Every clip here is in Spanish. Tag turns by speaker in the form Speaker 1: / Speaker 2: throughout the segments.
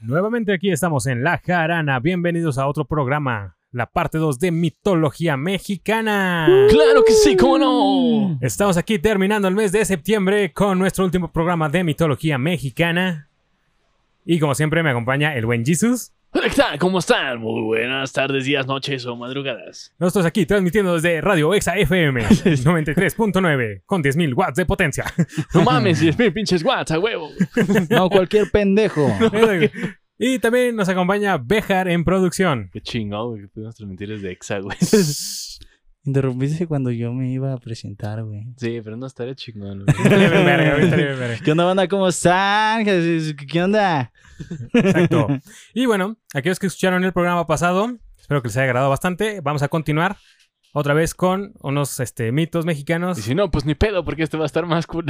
Speaker 1: Nuevamente aquí estamos en La Jarana. Bienvenidos a otro programa, la parte 2 de Mitología Mexicana.
Speaker 2: ¡Claro que sí! ¿Cómo no?
Speaker 1: Estamos aquí terminando el mes de septiembre con nuestro último programa de Mitología Mexicana. Y como siempre me acompaña el buen Jesus.
Speaker 2: Hola, ¿qué tal? ¿Cómo están? Muy buenas tardes, días, noches o madrugadas.
Speaker 1: Nosotros aquí transmitiendo desde Radio Exa FM 93.9 con 10.000 watts de potencia.
Speaker 2: No mames, 10.000 pinches watts a huevo.
Speaker 3: No, cualquier pendejo.
Speaker 1: Y también nos acompaña Bejar en producción.
Speaker 2: Qué chingado, güey, que pudimos transmitir desde Exa, güey.
Speaker 3: Interrumpiste cuando yo me iba a presentar, güey.
Speaker 2: Sí, pero no estaría chingón, güey.
Speaker 1: Vítale, bien verga, vítale, bien verga.
Speaker 3: ¿Qué onda, banda? ¿Cómo están? ¿Qué qué onda?
Speaker 1: Exacto. Y bueno, aquellos que escucharon el programa pasado, espero que les haya agradado bastante. Vamos a continuar otra vez con unos este, mitos mexicanos.
Speaker 2: Y si no, pues ni pedo, porque este va a estar más cool.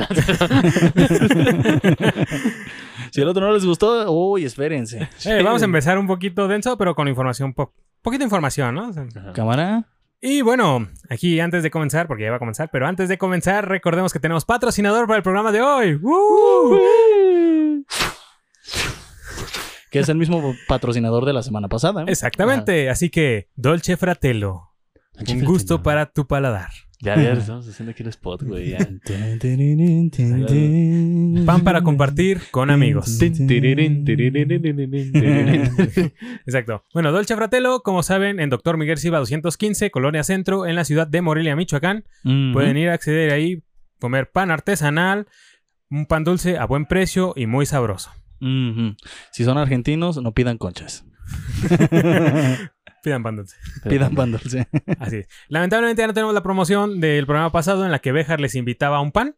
Speaker 3: Si el otro no les gustó, uy, espérense.
Speaker 1: Eh, vamos a empezar un poquito denso, pero con información, po- poquita información, ¿no? O sea,
Speaker 3: ¿Cámara?
Speaker 1: Y bueno, aquí antes de comenzar, porque ya va a comenzar, pero antes de comenzar, recordemos que tenemos patrocinador para el programa de hoy. ¡Woo!
Speaker 3: Que es el mismo patrocinador de la semana pasada. ¿eh?
Speaker 1: Exactamente, así que Dolce Fratello, un gusto para tu paladar.
Speaker 2: Ya, ya estamos haciendo aquí el
Speaker 3: Ah,
Speaker 2: spot, güey. ya.
Speaker 1: Pan para compartir con amigos.
Speaker 2: Tin, tirirín, tirirín, tirirín, tirirín.
Speaker 1: Exacto. Bueno, Dolce Fratello, como saben, en Doctor Miguel Silva 215, Colonia Centro, en la ciudad de Morelia, Michoacán.
Speaker 3: Ujú.
Speaker 1: Pueden ir a acceder ahí, comer pan artesanal, un pan dulce a buen precio y muy sabroso.
Speaker 3: Ujú. Si son argentinos, no pidan conchas.
Speaker 1: Pidan pan dulce.
Speaker 3: Pidan pan dulce.
Speaker 1: Así es. Lamentablemente ya no tenemos la promoción del programa pasado en la que Bejar les invitaba a un pan.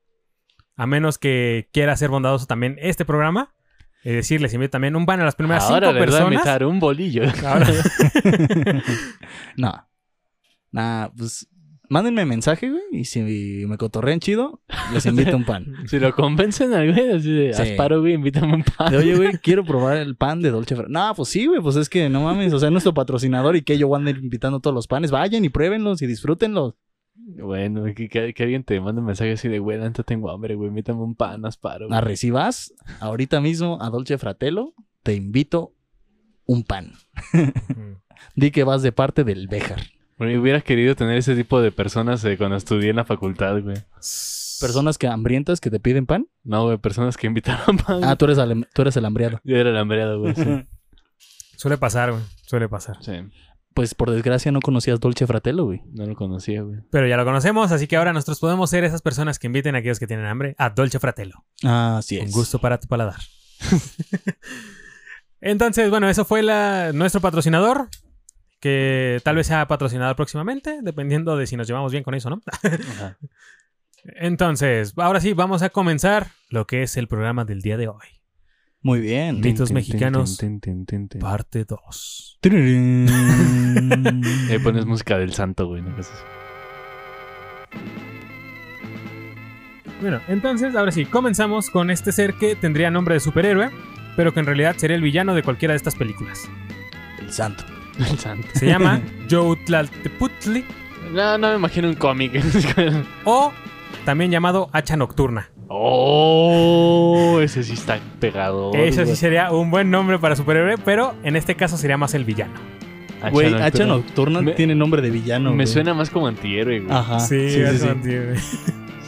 Speaker 1: A menos que quiera ser bondadoso también este programa. Es decir, les invito también un pan a las primeras
Speaker 2: Ahora
Speaker 1: cinco
Speaker 2: les voy a
Speaker 1: personas.
Speaker 2: meter un bolillo.
Speaker 1: Ahora-
Speaker 3: No. Nah, pues mándenme mensaje, güey. Y si me cotorrean chido, les invito un pan.
Speaker 2: Si lo convencen al güey, así de,
Speaker 3: Sí.
Speaker 2: Asparo, güey, invítame un pan.
Speaker 3: De, Oye, güey, quiero probar el pan de Dolce Fratello. No, pues sí, güey, pues es que no mames. O sea, nuestro patrocinador y que yo voy a andar invitando todos los panes. Vayan y pruébenlos y disfrútenlos.
Speaker 2: Bueno, que, que- que alguien te manda un mensaje así de, güey, tanto tengo hambre, güey, invítame un pan, Asparo. güey".
Speaker 3: A Ah, recibas ahorita mismo a Dolce Fratello, te invito un pan.
Speaker 1: Mm.
Speaker 3: Di que vas de parte del Béjar.
Speaker 2: Güey, hubiera querido tener ese tipo de personas eh, cuando estudié en la facultad, güey.
Speaker 3: Personas que hambrientas que te piden pan.
Speaker 2: No, güey, personas que invitaron pan.
Speaker 3: Ah, tú eres, alem- tú eres el hambriado.
Speaker 2: Yo era el hambreado, güey. Sí.
Speaker 1: Suele pasar, güey. Suele pasar.
Speaker 2: Sí,
Speaker 3: Pues por desgracia no conocías Dolce Fratello, güey.
Speaker 2: no lo conocía, güey.
Speaker 1: Pero ya lo conocemos, así que ahora nosotros podemos ser esas personas que inviten a aquellos que tienen hambre a Dolce Fratello.
Speaker 3: Ah, sí
Speaker 1: Un gusto para tu paladar. Entonces, bueno, eso fue la- nuestro patrocinador. Que tal vez sea patrocinador próximamente, dependiendo de si nos llevamos bien con eso, ¿no?
Speaker 2: Ajá.
Speaker 1: Entonces, ahora sí, vamos a comenzar lo que es el programa del día de hoy.
Speaker 3: Muy bien.
Speaker 1: Mitos
Speaker 2: Tin, tin,
Speaker 1: mexicanos.
Speaker 2: tin, tin, tin, tin, tin.
Speaker 1: Parte 2.
Speaker 2: Ahí pones música del santo, güey. ¿no? Eso es-
Speaker 1: Bueno, entonces, ahora sí, comenzamos con este ser que tendría nombre de superhéroe, pero que en realidad sería el villano de cualquiera de estas películas.
Speaker 3: El santo.
Speaker 2: El santo.
Speaker 1: Se llama Yotlalteputli
Speaker 2: No, no me imagino un cómic.
Speaker 1: o también llamado Hacha Nocturna.
Speaker 2: oh, ese sí está pegado.
Speaker 1: Eso sí sería un buen nombre para superhéroe, pero en este caso sería más el villano.
Speaker 3: Güey, ah, Hacha Nocturna
Speaker 2: Ah, Me-
Speaker 3: tiene nombre de villano.
Speaker 2: Me
Speaker 3: güey.
Speaker 2: suena más como antihéroe, güey.
Speaker 3: Ajá. Ah, sí, sí, sí.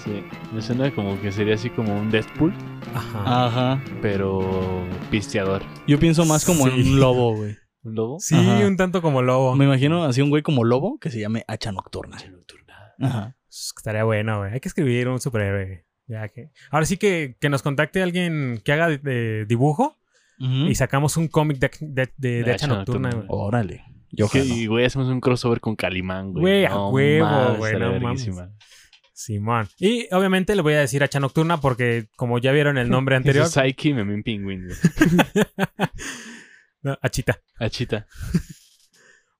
Speaker 2: Sí. Me suena como que sería así como un Deadpool,
Speaker 1: Ajá.
Speaker 3: Ajá.
Speaker 2: pero pisteador.
Speaker 3: Yo pienso más como en
Speaker 1: Sí.
Speaker 3: un lobo, güey.
Speaker 2: ¿Un lobo?
Speaker 1: Sí,
Speaker 3: Ajá.
Speaker 1: un tanto como lobo.
Speaker 3: Me imagino así un güey como lobo que se llame hacha nocturna. Ajá.
Speaker 1: Estaría bueno, güey. Hay que escribir un superhéroe. Ya que... Ahora sí que, que nos contacte alguien que haga de, de dibujo
Speaker 3: ¿Mm?
Speaker 1: y sacamos un cómic de, de, de- de
Speaker 2: De
Speaker 1: Hacha
Speaker 2: Hacha
Speaker 1: Nocturna,
Speaker 2: Nocturna.
Speaker 1: güey.
Speaker 3: Órale. Yo
Speaker 2: Sí,
Speaker 3: jalo.
Speaker 2: y güey, hacemos un crossover con Calimán, güey.
Speaker 1: Güey, a huevo,
Speaker 2: mames,
Speaker 1: güey,
Speaker 2: estaría
Speaker 1: no mames.
Speaker 2: verguísima.
Speaker 1: Simón. Y obviamente le voy a decir Hacha Nocturna porque, como ya vieron el nombre anterior,
Speaker 2: Eso es Psyche, me un pingüín, güey.
Speaker 1: no, Hachita.
Speaker 2: Achita.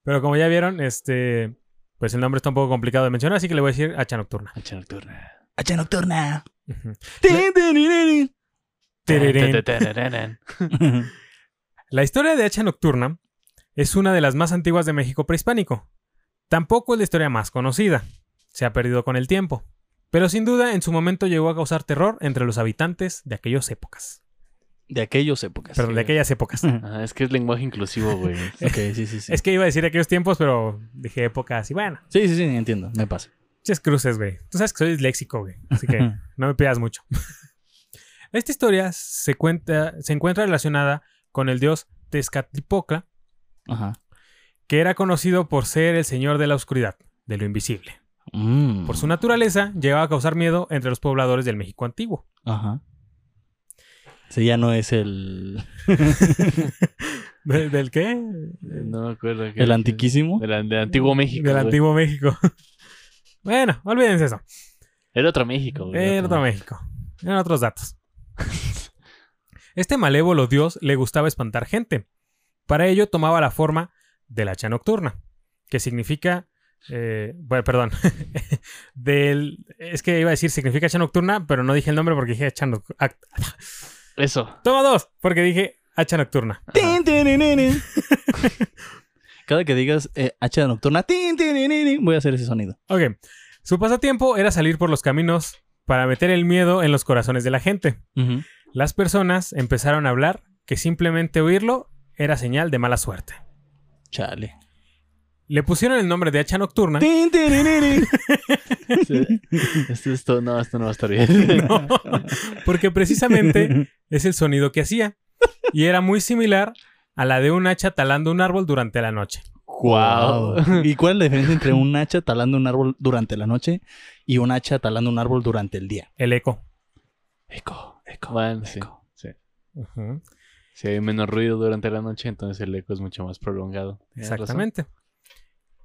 Speaker 1: Pero como ya vieron, este. Pues el nombre está un poco complicado de mencionar, así que le voy a decir Hacha Nocturna.
Speaker 2: Hacha nocturna.
Speaker 3: Hacha nocturna.
Speaker 1: Ujú.
Speaker 3: Tin, tin, tin,
Speaker 1: Tererén.
Speaker 2: Tarararán.
Speaker 3: tin.
Speaker 1: La historia de Hacha Nocturna es una de las más antiguas de México prehispánico. Tampoco es la historia más conocida. Se ha perdido con el tiempo. Pero sin duda en su momento llegó a causar terror entre los habitantes de aquellas épocas.
Speaker 3: De aquellas épocas.
Speaker 1: Perdón, de aquellas épocas.
Speaker 2: Ajá, Ah, es que es lenguaje inclusivo, güey.
Speaker 1: Eh,
Speaker 3: Ok, sí, sí, sí.
Speaker 1: Es que iba a decir aquellos tiempos, pero dije épocas y bueno,
Speaker 3: Sí, sí, sí, entiendo. Me pasa.
Speaker 1: Ches cruces, güey. Tú sabes que soy disléxico, güey. Así que no me pidas mucho. Esta historia se, cuenta, se encuentra relacionada con el dios Tezcatlipocla,
Speaker 3: Ajá.
Speaker 1: que era conocido por ser el señor de la oscuridad, de lo invisible.
Speaker 3: Mm.
Speaker 1: Por su naturaleza, llegaba a causar miedo entre los pobladores del México antiguo.
Speaker 3: Ajá. Sí, ya no es el,
Speaker 1: ¿De- ¿Del qué?
Speaker 2: No me acuerdo. qué
Speaker 3: el
Speaker 2: dije.
Speaker 3: antiquísimo.
Speaker 2: Del, an- del antiguo México.
Speaker 1: Del
Speaker 2: güey.
Speaker 1: antiguo México. Bueno, olvídense eso.
Speaker 2: Era otro México, güey.
Speaker 1: Era otro México. Eran otros datos. Este malévolo dios le gustaba espantar gente. Para ello tomaba la forma del hacha nocturna, que significa. eh, bueno, perdón. del, es que iba a decir significa hacha nocturna, pero no dije el nombre porque dije hacha nocturna.
Speaker 2: Eso.
Speaker 1: Toma dos, porque dije hacha nocturna.
Speaker 3: Tin, tin, tin, tin, tin. Cada que digas eh, hacha nocturna, tin, tin, tin, tin, tin, voy a hacer ese sonido.
Speaker 1: Ok. Su pasatiempo era salir por los caminos para meter el miedo en los corazones de la gente. Las personas empezaron a hablar que simplemente oírlo era señal de mala suerte.
Speaker 3: Chale.
Speaker 1: Le pusieron el nombre de hacha nocturna.
Speaker 3: Tin, tin, tin, tin, tin.
Speaker 2: Sí. esto, esto- no, esto no va a estar bien.
Speaker 1: No, porque precisamente es el sonido que hacía. Y era muy similar a la de un hacha talando un árbol durante la noche.
Speaker 2: Wow.
Speaker 3: ¿Y cuál es la diferencia entre un hacha talando un árbol durante la noche y un hacha talando un árbol durante el día?
Speaker 1: El eco.
Speaker 3: Eco, eco.
Speaker 2: Bueno, sí.
Speaker 3: eco.
Speaker 2: sí.
Speaker 1: Ujú,
Speaker 2: Si hay menos ruido durante la noche, entonces el eco es mucho más prolongado. Tienes razón.
Speaker 1: Exactamente.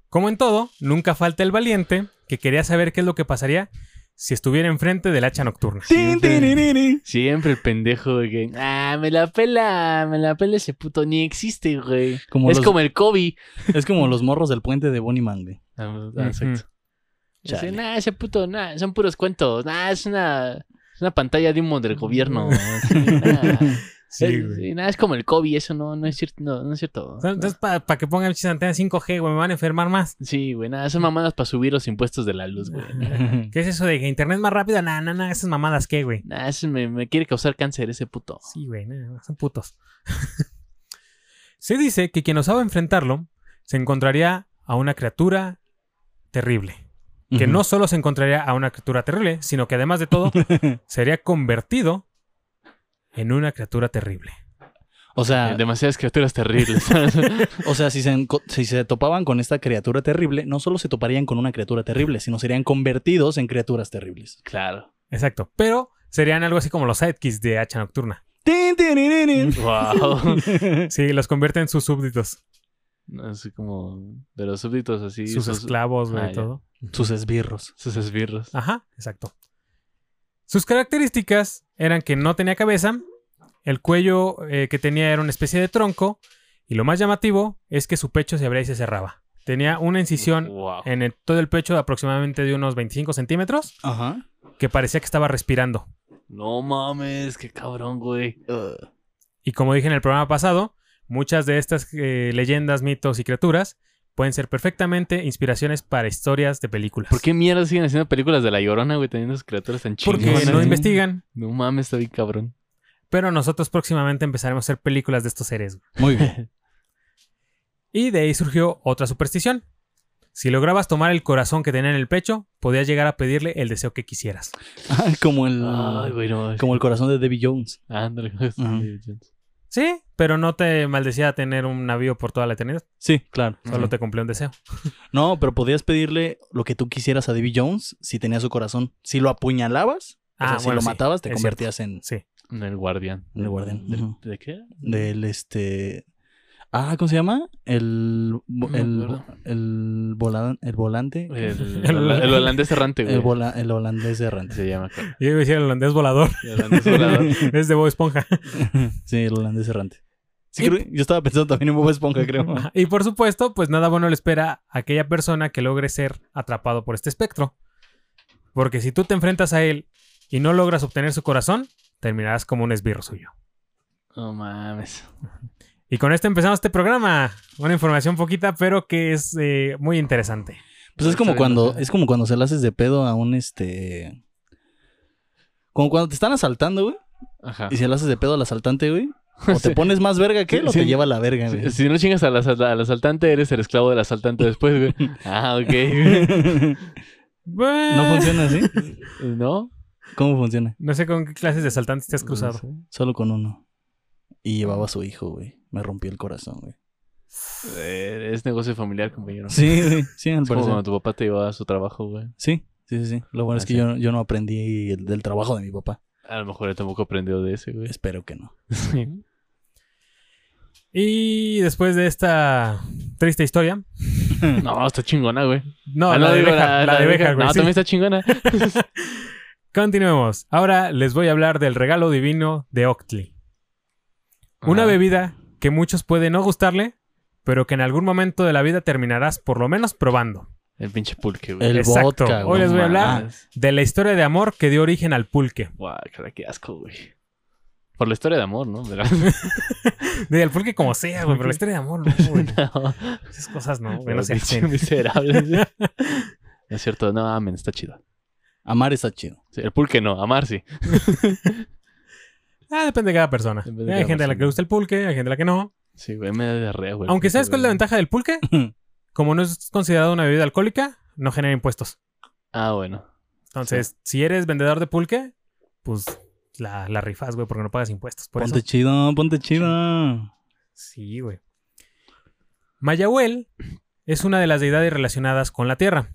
Speaker 1: Como en todo, nunca falta el valiente que quería saber qué es lo que pasaría si estuviera enfrente del hacha nocturna.
Speaker 3: Tin, tin, tin, tin, tin.
Speaker 2: Siempre el pendejo de que, ah, me la pela, me la pela ese puto, ni existe, güey.
Speaker 3: Como
Speaker 2: es
Speaker 3: los-
Speaker 2: como el Kobe.
Speaker 3: Es como los morros del puente de Bonnie Mangue.
Speaker 2: Ah,
Speaker 1: Ujú.
Speaker 2: exacto. Dice,
Speaker 3: Chale.
Speaker 2: nah, ese puto, nah, son puros cuentos. Nah, es una, es una pantalla de humo del gobierno. Sí, nah.
Speaker 1: Sí,
Speaker 2: es,
Speaker 1: güey.
Speaker 2: sí, nah, es como el Kobe, eso no, no es cierto. No, no es cierto.
Speaker 1: Entonces, para que pongan pinches antenas 5G, güey, me van a enfermar más.
Speaker 2: Sí, güey, nada, son mamadas para subir los impuestos de la luz, güey. Nah,
Speaker 1: ¿Qué es eso de que internet más rápido? Nah, nah, nah, esas mamadas qué, güey.
Speaker 2: nah, eso me, me quiere causar cáncer ese puto.
Speaker 1: Sí, güey, nah, son putos. se dice que quien osaba enfrentarlo se encontraría a una criatura terrible. Que no solo se encontraría a una criatura terrible, sino que además de todo, sería convertido en una criatura terrible.
Speaker 3: O sea,
Speaker 1: Ah.
Speaker 2: Eh, Demasiadas criaturas terribles.
Speaker 3: o sea si, se, enco- si se topaban con esta criatura terrible, no solo se toparían con una criatura terrible, sino serían convertidos en criaturas terribles.
Speaker 2: claro.
Speaker 1: Exacto. Pero serían algo así como los sidekicks de Hacha Nocturna.
Speaker 3: Tin, tin, tin, tin.
Speaker 2: Wow. Eh.
Speaker 1: Sí, los convierte en sus súbditos,
Speaker 2: Así como de los súbditos, así.
Speaker 1: sus esclavos, güey,
Speaker 2: Ah,
Speaker 1: y
Speaker 2: ya.
Speaker 1: todo.
Speaker 3: Sus esbirros.
Speaker 2: Sus esbirros.
Speaker 1: Ajá, exacto. Sus características eran que no tenía cabeza, el cuello eh, que tenía era una especie de tronco, y lo más llamativo es que su pecho se abría y se cerraba. Tenía una incisión
Speaker 2: Wow.
Speaker 3: Eh.
Speaker 1: en el- todo el pecho aproximadamente de unos 25 centímetros
Speaker 3: Ajá.
Speaker 1: que parecía que estaba respirando.
Speaker 2: No mames, qué cabrón, güey.
Speaker 1: Y como dije en el programa pasado, muchas de estas eh, leyendas, mitos y criaturas pueden ser perfectamente inspiraciones para historias de películas.
Speaker 2: ¿Por qué mierda siguen haciendo películas de la llorona, güey, teniendo esas criaturas tan
Speaker 1: Porque
Speaker 2: chingonas?
Speaker 1: no
Speaker 3: Sí.
Speaker 1: investigan,
Speaker 2: No mames, está bien cabrón.
Speaker 1: pero nosotros próximamente empezaremos a hacer películas de estos seres.
Speaker 3: Muy bien.
Speaker 1: Y de ahí surgió otra superstición. Si lograbas tomar el corazón que tenía en el pecho, podías llegar a pedirle el deseo que quisieras.
Speaker 3: Ah, como el.
Speaker 2: Ay, güey, no.
Speaker 3: como el corazón de Debbie Jones.
Speaker 2: Ándale,
Speaker 3: Ajá.
Speaker 1: Sí, pero no te maldecía tener un navío por toda la eternidad.
Speaker 3: Sí, claro.
Speaker 1: Solo te cumplió un deseo.
Speaker 3: No, pero podías pedirle lo que tú quisieras a Debbie Jones si tenía su corazón. Si lo apuñalabas, o
Speaker 1: Ah,
Speaker 3: sea, si
Speaker 1: bueno,
Speaker 3: lo
Speaker 1: sí,
Speaker 3: matabas, te
Speaker 1: es
Speaker 3: convertías en
Speaker 1: Sí.
Speaker 2: El guardián.
Speaker 3: el guardián.
Speaker 2: ¿De,
Speaker 3: Ujú.
Speaker 2: de qué?
Speaker 3: Del este. Ah, ¿cómo se llama? El.
Speaker 2: No me
Speaker 3: el,
Speaker 2: acuerdo.
Speaker 3: el, volan- el volante.
Speaker 2: El, el- el holandés errante, güey.
Speaker 3: El, vola- el holandés errante.
Speaker 2: Se llama. creo.
Speaker 1: Yo iba a decir el holandés volador.
Speaker 2: El holandés volador.
Speaker 1: es de Bob Esponja.
Speaker 3: Sí, el holandés errante. Sí,
Speaker 1: Y-
Speaker 3: creo- yo estaba pensando también en Bob Esponja, creo.
Speaker 1: Y por supuesto, pues nada bueno le espera a aquella persona que logre ser atrapado por este espectro. Porque si tú te enfrentas a él y no logras obtener su corazón, terminarás como un esbirro suyo.
Speaker 2: No mames.
Speaker 1: Y con esto empezamos este programa. Una información poquita, pero que es eh, muy interesante.
Speaker 3: Pues es
Speaker 2: Está
Speaker 3: como
Speaker 2: bien
Speaker 3: cuando,
Speaker 2: bacana.
Speaker 3: es como cuando se la haces de pedo a un este. Como cuando te están asaltando, güey.
Speaker 2: Ajá.
Speaker 3: Y si le haces de pedo al asaltante, güey. O
Speaker 2: Sí.
Speaker 3: te pones más verga que él o
Speaker 2: Sí.
Speaker 3: te lleva a la verga, güey.
Speaker 2: Si, si no chingas al, asal- al asaltante, eres el esclavo del asaltante después, güey. Ah, ok. güey.
Speaker 3: ¿No funciona así?
Speaker 2: ¿No?
Speaker 3: ¿Cómo funciona?
Speaker 1: No sé con qué clases de asaltantes te has cruzado.
Speaker 3: Solo con uno. Y llevaba a su hijo, güey. Me rompió el corazón, güey.
Speaker 2: Eh, es negocio familiar, compañero.
Speaker 3: Sí, güey. Sí, al
Speaker 2: Es como cuando
Speaker 3: parecer.
Speaker 2: tu papá te llevaba a su trabajo, güey.
Speaker 3: Sí, sí, sí, sí. Lo bueno es
Speaker 2: Ah,
Speaker 3: que
Speaker 2: sí.
Speaker 3: yo, yo no aprendí el- del trabajo de mi papá.
Speaker 2: A lo mejor él tampoco aprendió de ese, güey.
Speaker 3: Espero que no.
Speaker 1: Y después de esta triste historia.
Speaker 2: No, está chingona, güey.
Speaker 1: No,
Speaker 2: Ah,
Speaker 1: la, de
Speaker 2: digo,
Speaker 1: Béjar, la, de
Speaker 2: abeja.
Speaker 1: Béjar, güey,
Speaker 2: No,
Speaker 1: sí.
Speaker 2: también está chingona.
Speaker 1: Continuemos. Ahora les voy a hablar del regalo divino de Octli. Una
Speaker 2: Ah.
Speaker 1: bebida que muchos pueden no gustarle, pero que en algún momento de la vida terminarás por lo menos probando.
Speaker 2: El pinche pulque, güey.
Speaker 3: El
Speaker 1: Exacto.
Speaker 3: vodka,
Speaker 1: Eh, Hoy
Speaker 3: güey.
Speaker 1: les voy a hablar
Speaker 2: mames.
Speaker 1: de la historia de amor que dio origen al pulque.
Speaker 2: Guácala, qué asco, güey. Por la historia de amor, ¿no? Pero-
Speaker 1: Del pulque como sea, güey, pero la historia de amor no, güey.
Speaker 2: no,
Speaker 1: Esas cosas no, güey,
Speaker 2: pero
Speaker 1: no se
Speaker 2: pinche
Speaker 1: hacen.
Speaker 2: miserable. No es cierto, no, amen, está chido.
Speaker 3: ah, Amar está chido.
Speaker 2: Sí, El pulque no, amar sí.
Speaker 1: Ah, depende de cada persona.
Speaker 2: Depende de
Speaker 1: hay
Speaker 2: cada
Speaker 1: gente a la
Speaker 2: persona.
Speaker 1: que le gusta el pulque, hay gente a la que no.
Speaker 2: Sí, güey, me da diarrea, güey.
Speaker 1: Aunque ¿sabes cuál es la ventaja
Speaker 2: ventana?
Speaker 1: del pulque? Como no es considerado una bebida alcohólica, no genera impuestos.
Speaker 2: Ah, bueno.
Speaker 1: Entonces, si eres vendedor de pulque, pues la, la rifas, güey, porque no pagas impuestos. Por
Speaker 3: ponte
Speaker 1: eso.
Speaker 3: chido, ponte chido.
Speaker 1: Sí, güey. Mayahuel es una de las deidades relacionadas con la tierra,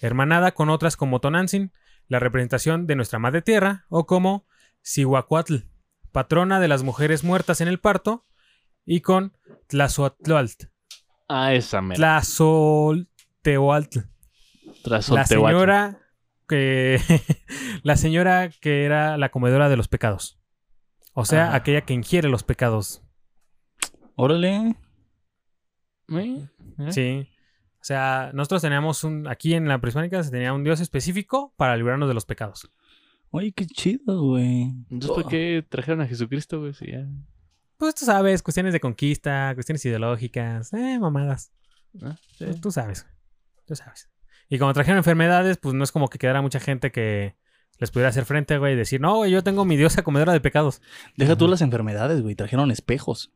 Speaker 1: hermanada con otras como Tonantzin, la representación de nuestra madre tierra, o como Sihuacuatl, patrona de las mujeres muertas en el parto, y con Tlazoatloalt,
Speaker 2: Ah, esa mera.
Speaker 1: Tlazolteoatl,
Speaker 2: Tras
Speaker 1: la
Speaker 2: Oltehuacán.
Speaker 1: señora que la señora que era la comedora de los pecados. O sea,
Speaker 2: Ah.
Speaker 1: aquella que ingiere los pecados.
Speaker 3: Órale.
Speaker 2: ¿Eh? ¿Eh?
Speaker 1: Sí. O sea, nosotros teníamos un aquí en la prehispánica se tenía un dios específico para librarnos de los pecados.
Speaker 3: Oye, qué chido, güey.
Speaker 2: Entonces, ¿por qué trajeron a Jesucristo, güey? Si ya...
Speaker 1: Pues tú sabes, cuestiones de conquista, cuestiones ideológicas, eh, mamadas.
Speaker 2: Ah, sí.
Speaker 1: Tú- Tú sabes. Tú sabes. Y cuando trajeron enfermedades, pues no es como que quedara mucha gente que les pudiera hacer frente, güey, y decir, "No, güey, yo tengo mi diosa comedora de pecados."
Speaker 3: Deja tú
Speaker 2: Ajá.
Speaker 3: las enfermedades, güey. Trajeron espejos.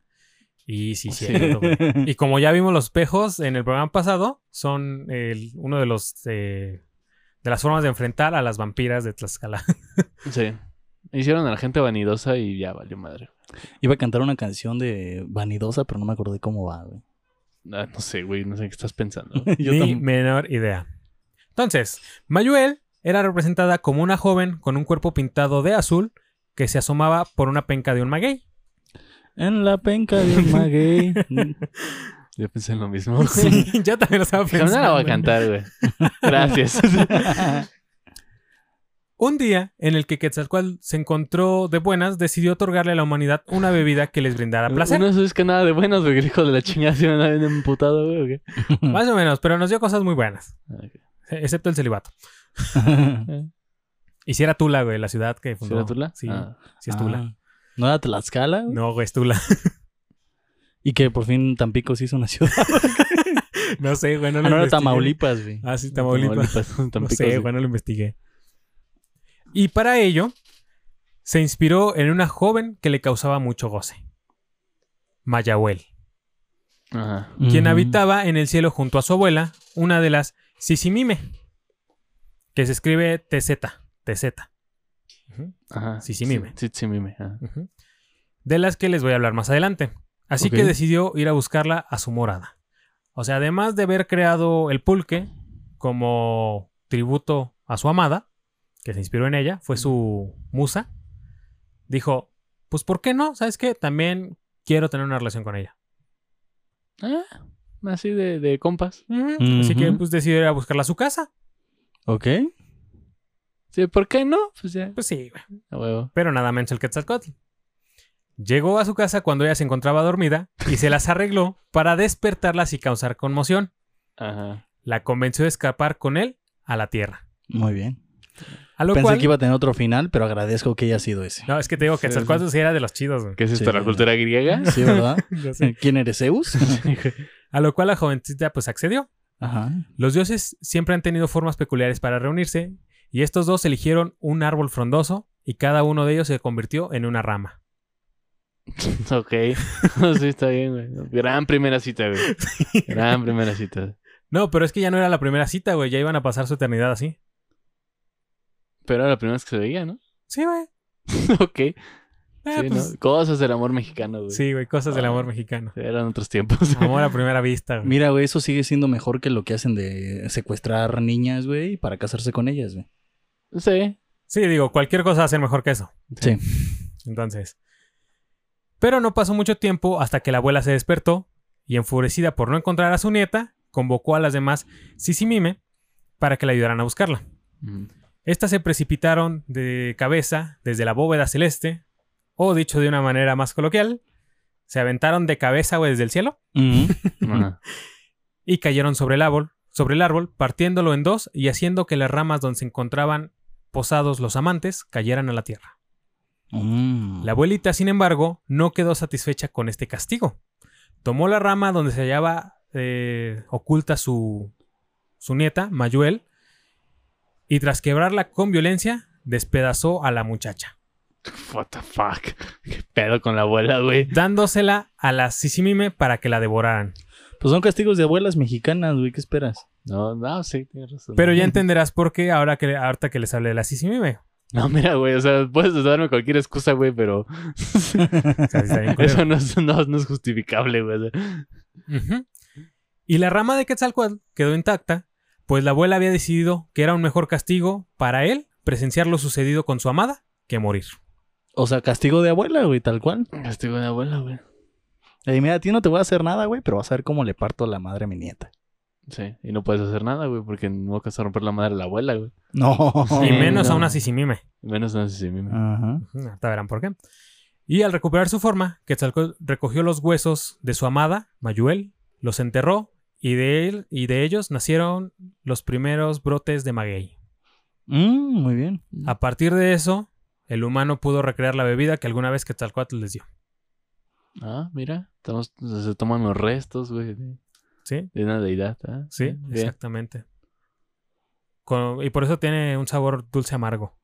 Speaker 1: Y sí,
Speaker 2: Sí.
Speaker 1: cierto, güey. Y como ya vimos los espejos en el programa pasado, son el- uno de los eh, de las formas de enfrentar a las vampiras de Tlaxcala.
Speaker 2: Sí. Hicieron a la gente vanidosa y ya valió madre.
Speaker 3: Iba a cantar una canción de Vanidosa, pero no me acordé cómo va, güey.
Speaker 2: Ah, no sé, güey, no sé qué estás pensando. güey.
Speaker 3: Yo
Speaker 1: Ni
Speaker 3: tampoco.
Speaker 1: menor idea. Entonces, Mayuel era representada como una joven con un cuerpo pintado de azul que se asomaba por una penca de un maguey.
Speaker 3: En la penca de un maguey.
Speaker 2: Yo pensé en lo mismo.
Speaker 1: Sí, yo también lo estaba
Speaker 2: Oh, Pero no
Speaker 1: pensando.
Speaker 2: la voy a cantar, güey. Gracias.
Speaker 1: Un día en el que Quetzalcoatl se encontró de buenas, decidió otorgarle a la humanidad una bebida que les brindara placer.
Speaker 2: No sabes que nada de buenos, güey. que Hijo de la chingada, se me anda bien emputado, güey. ¿o qué?
Speaker 1: Más o menos, pero nos dio cosas muy buenas,
Speaker 2: Ah, ok.
Speaker 1: excepto el celibato. Y si era Tula, güey, la ciudad que
Speaker 2: ¿Sí
Speaker 1: fundó.
Speaker 2: era Tula?
Speaker 1: Sí,
Speaker 2: Ah.
Speaker 1: sí es Tula.
Speaker 3: Ah, ¿No era Tlaxcala? güey?
Speaker 1: No, güey, es Tula.
Speaker 3: Y que por fin Tampico se hizo una ciudad.
Speaker 1: No sé, güey, no
Speaker 3: Ah,
Speaker 1: lo
Speaker 3: no era
Speaker 1: investigué.
Speaker 3: Tamaulipas, güey.
Speaker 1: Ah, sí, Tamaulipas. No
Speaker 2: Tampico,
Speaker 1: sé,
Speaker 2: sí.
Speaker 1: güey, no lo investigué. Y para ello, se inspiró en una joven que le causaba mucho goce. Mayahuel,
Speaker 2: Ajá.
Speaker 1: quien
Speaker 3: Ujú.
Speaker 1: habitaba en el cielo junto a su abuela, una de las Sisimime, que se escribe TZ, TZ, Ujú,
Speaker 2: Ajá.
Speaker 1: Sisimime.
Speaker 2: Sí, sí, mime. ajá.
Speaker 1: ujú, de las que les voy a hablar más adelante. Así
Speaker 3: Ok.
Speaker 1: que decidió ir a buscarla a su morada. O sea, además de haber creado el pulque como tributo a su amada, que se inspiró en ella, fue su musa, dijo, pues ¿por qué no? ¿Sabes qué? También quiero tener una relación con ella.
Speaker 2: Ah, así de, de compas.
Speaker 1: Ujú. Así que
Speaker 3: Ujú.
Speaker 1: pues decidió ir a buscarla a su casa.
Speaker 3: Ok.
Speaker 2: Sí, ¿por qué no? Pues ya,
Speaker 1: Pues sí, güey.
Speaker 2: a huevo.
Speaker 1: pero nada menos el Quetzalcóatl. Llegó a su casa cuando ella se encontraba dormida y se las arregló para despertarlas y causar conmoción.
Speaker 2: Ajá.
Speaker 1: la convenció de escapar con él a la Tierra.
Speaker 3: Muy bien.
Speaker 1: A lo
Speaker 3: Pensé
Speaker 1: cual...
Speaker 3: que iba a tener otro final, pero agradezco que haya sido ese.
Speaker 1: No, es que te digo que
Speaker 2: Sí,
Speaker 1: Quetzalcóatl sí era de los chidos, güey.
Speaker 2: ¿Qué es esto,
Speaker 3: Sí.
Speaker 2: la cultura griega?
Speaker 3: Sí, ¿verdad?
Speaker 1: Yo sé.
Speaker 3: ¿Quién eres Zeus?
Speaker 1: A lo cual la jovencita pues accedió.
Speaker 3: Ajá.
Speaker 1: Los dioses siempre han tenido formas peculiares para reunirse y estos dos eligieron un árbol frondoso y cada uno de ellos se convirtió en una rama.
Speaker 2: Ok. sí, está bien, güey. Gran primera cita, güey. Gran primera cita.
Speaker 1: No, pero es que ya no era la primera cita, güey. Ya iban a pasar su eternidad así.
Speaker 2: Pero era la primera vez que se veía, ¿no?
Speaker 1: Sí, güey.
Speaker 2: ok.
Speaker 1: Ah,
Speaker 2: sí,
Speaker 1: pues,
Speaker 2: ¿no? Cosas del amor mexicano, güey.
Speaker 1: Sí, güey. Cosas del
Speaker 2: Ah.
Speaker 1: amor mexicano.
Speaker 2: Eran otros tiempos.
Speaker 1: Amor a primera vista, güey.
Speaker 3: Mira, güey, eso sigue siendo mejor que lo que hacen de secuestrar niñas, güey, para casarse con ellas, güey.
Speaker 2: sí.
Speaker 1: Sí, digo, cualquier cosa hacen mejor que eso.
Speaker 3: Sí.
Speaker 1: Entonces. Pero no pasó mucho tiempo hasta que la abuela se despertó y, enfurecida por no encontrar a su nieta, convocó a las demás Sisimime para que la ayudaran a buscarla.
Speaker 2: Mm.
Speaker 1: Estas se precipitaron de cabeza desde la bóveda celeste, o dicho de una manera más coloquial, se aventaron de cabeza güey, desde el cielo
Speaker 2: Ajá.
Speaker 1: y cayeron sobre el árbol, sobre el árbol, partiéndolo en dos y haciendo que las ramas donde se encontraban posados los amantes cayeran a la tierra.
Speaker 3: Mm.
Speaker 1: La abuelita, sin embargo, no quedó satisfecha con este castigo. Tomó la rama donde se hallaba eh, oculta su, su nieta, Mayuel, y tras quebrarla con violencia, despedazó a la muchacha,
Speaker 2: What the fuck. Qué pedo con la abuela, güey.
Speaker 1: dándosela a la Sisimime para que la devoraran.
Speaker 3: Pues son castigos de abuelas mexicanas, güey, ¿qué esperas?
Speaker 2: No, no, sí, tienes razón.
Speaker 1: Pero ya entenderás por qué ahora que, ahorita que les hablé de la Sisimime.
Speaker 2: No, mira, güey, o sea, puedes darme cualquier excusa, güey, pero
Speaker 1: O sea, sí está bien culero.
Speaker 2: eso no es, no, no es justificable, güey. o sea.
Speaker 1: Ujú. Y la rama de Quetzalcoatl quedó intacta, pues la abuela había decidido que era un mejor castigo para él presenciar lo sucedido con su amada que morir.
Speaker 3: O sea, castigo de abuela, güey, tal cual.
Speaker 2: Castigo de abuela, güey.
Speaker 3: Y mira, a ti no te voy a hacer nada, güey, pero vas a ver cómo le parto la madre a mi nieta.
Speaker 2: Sí, y no puedes hacer nada, güey, porque no vas a romper la madre a la abuela, güey.
Speaker 3: No.
Speaker 1: Y menos
Speaker 2: no.
Speaker 1: a una sisimime.
Speaker 2: Menos no sé si mismo.
Speaker 3: Ajá.
Speaker 1: Ujú, Ahorita verán por qué. Y al recuperar su forma, Quetzalcóatl recogió los huesos de su amada, Mayuel, los enterró y de, él, y de ellos nacieron los primeros brotes de maguey.
Speaker 3: Mm, muy bien.
Speaker 1: A partir de eso, el humano pudo recrear la bebida que alguna vez Quetzalcóatl les dio.
Speaker 2: Ah, mira, estamos, se toman los restos, güey, de
Speaker 1: ¿Sí?
Speaker 2: de una deidad, ¿ah?
Speaker 1: Sí,
Speaker 2: Bien.
Speaker 1: exactamente. Con- y por eso tiene un sabor dulce amargo.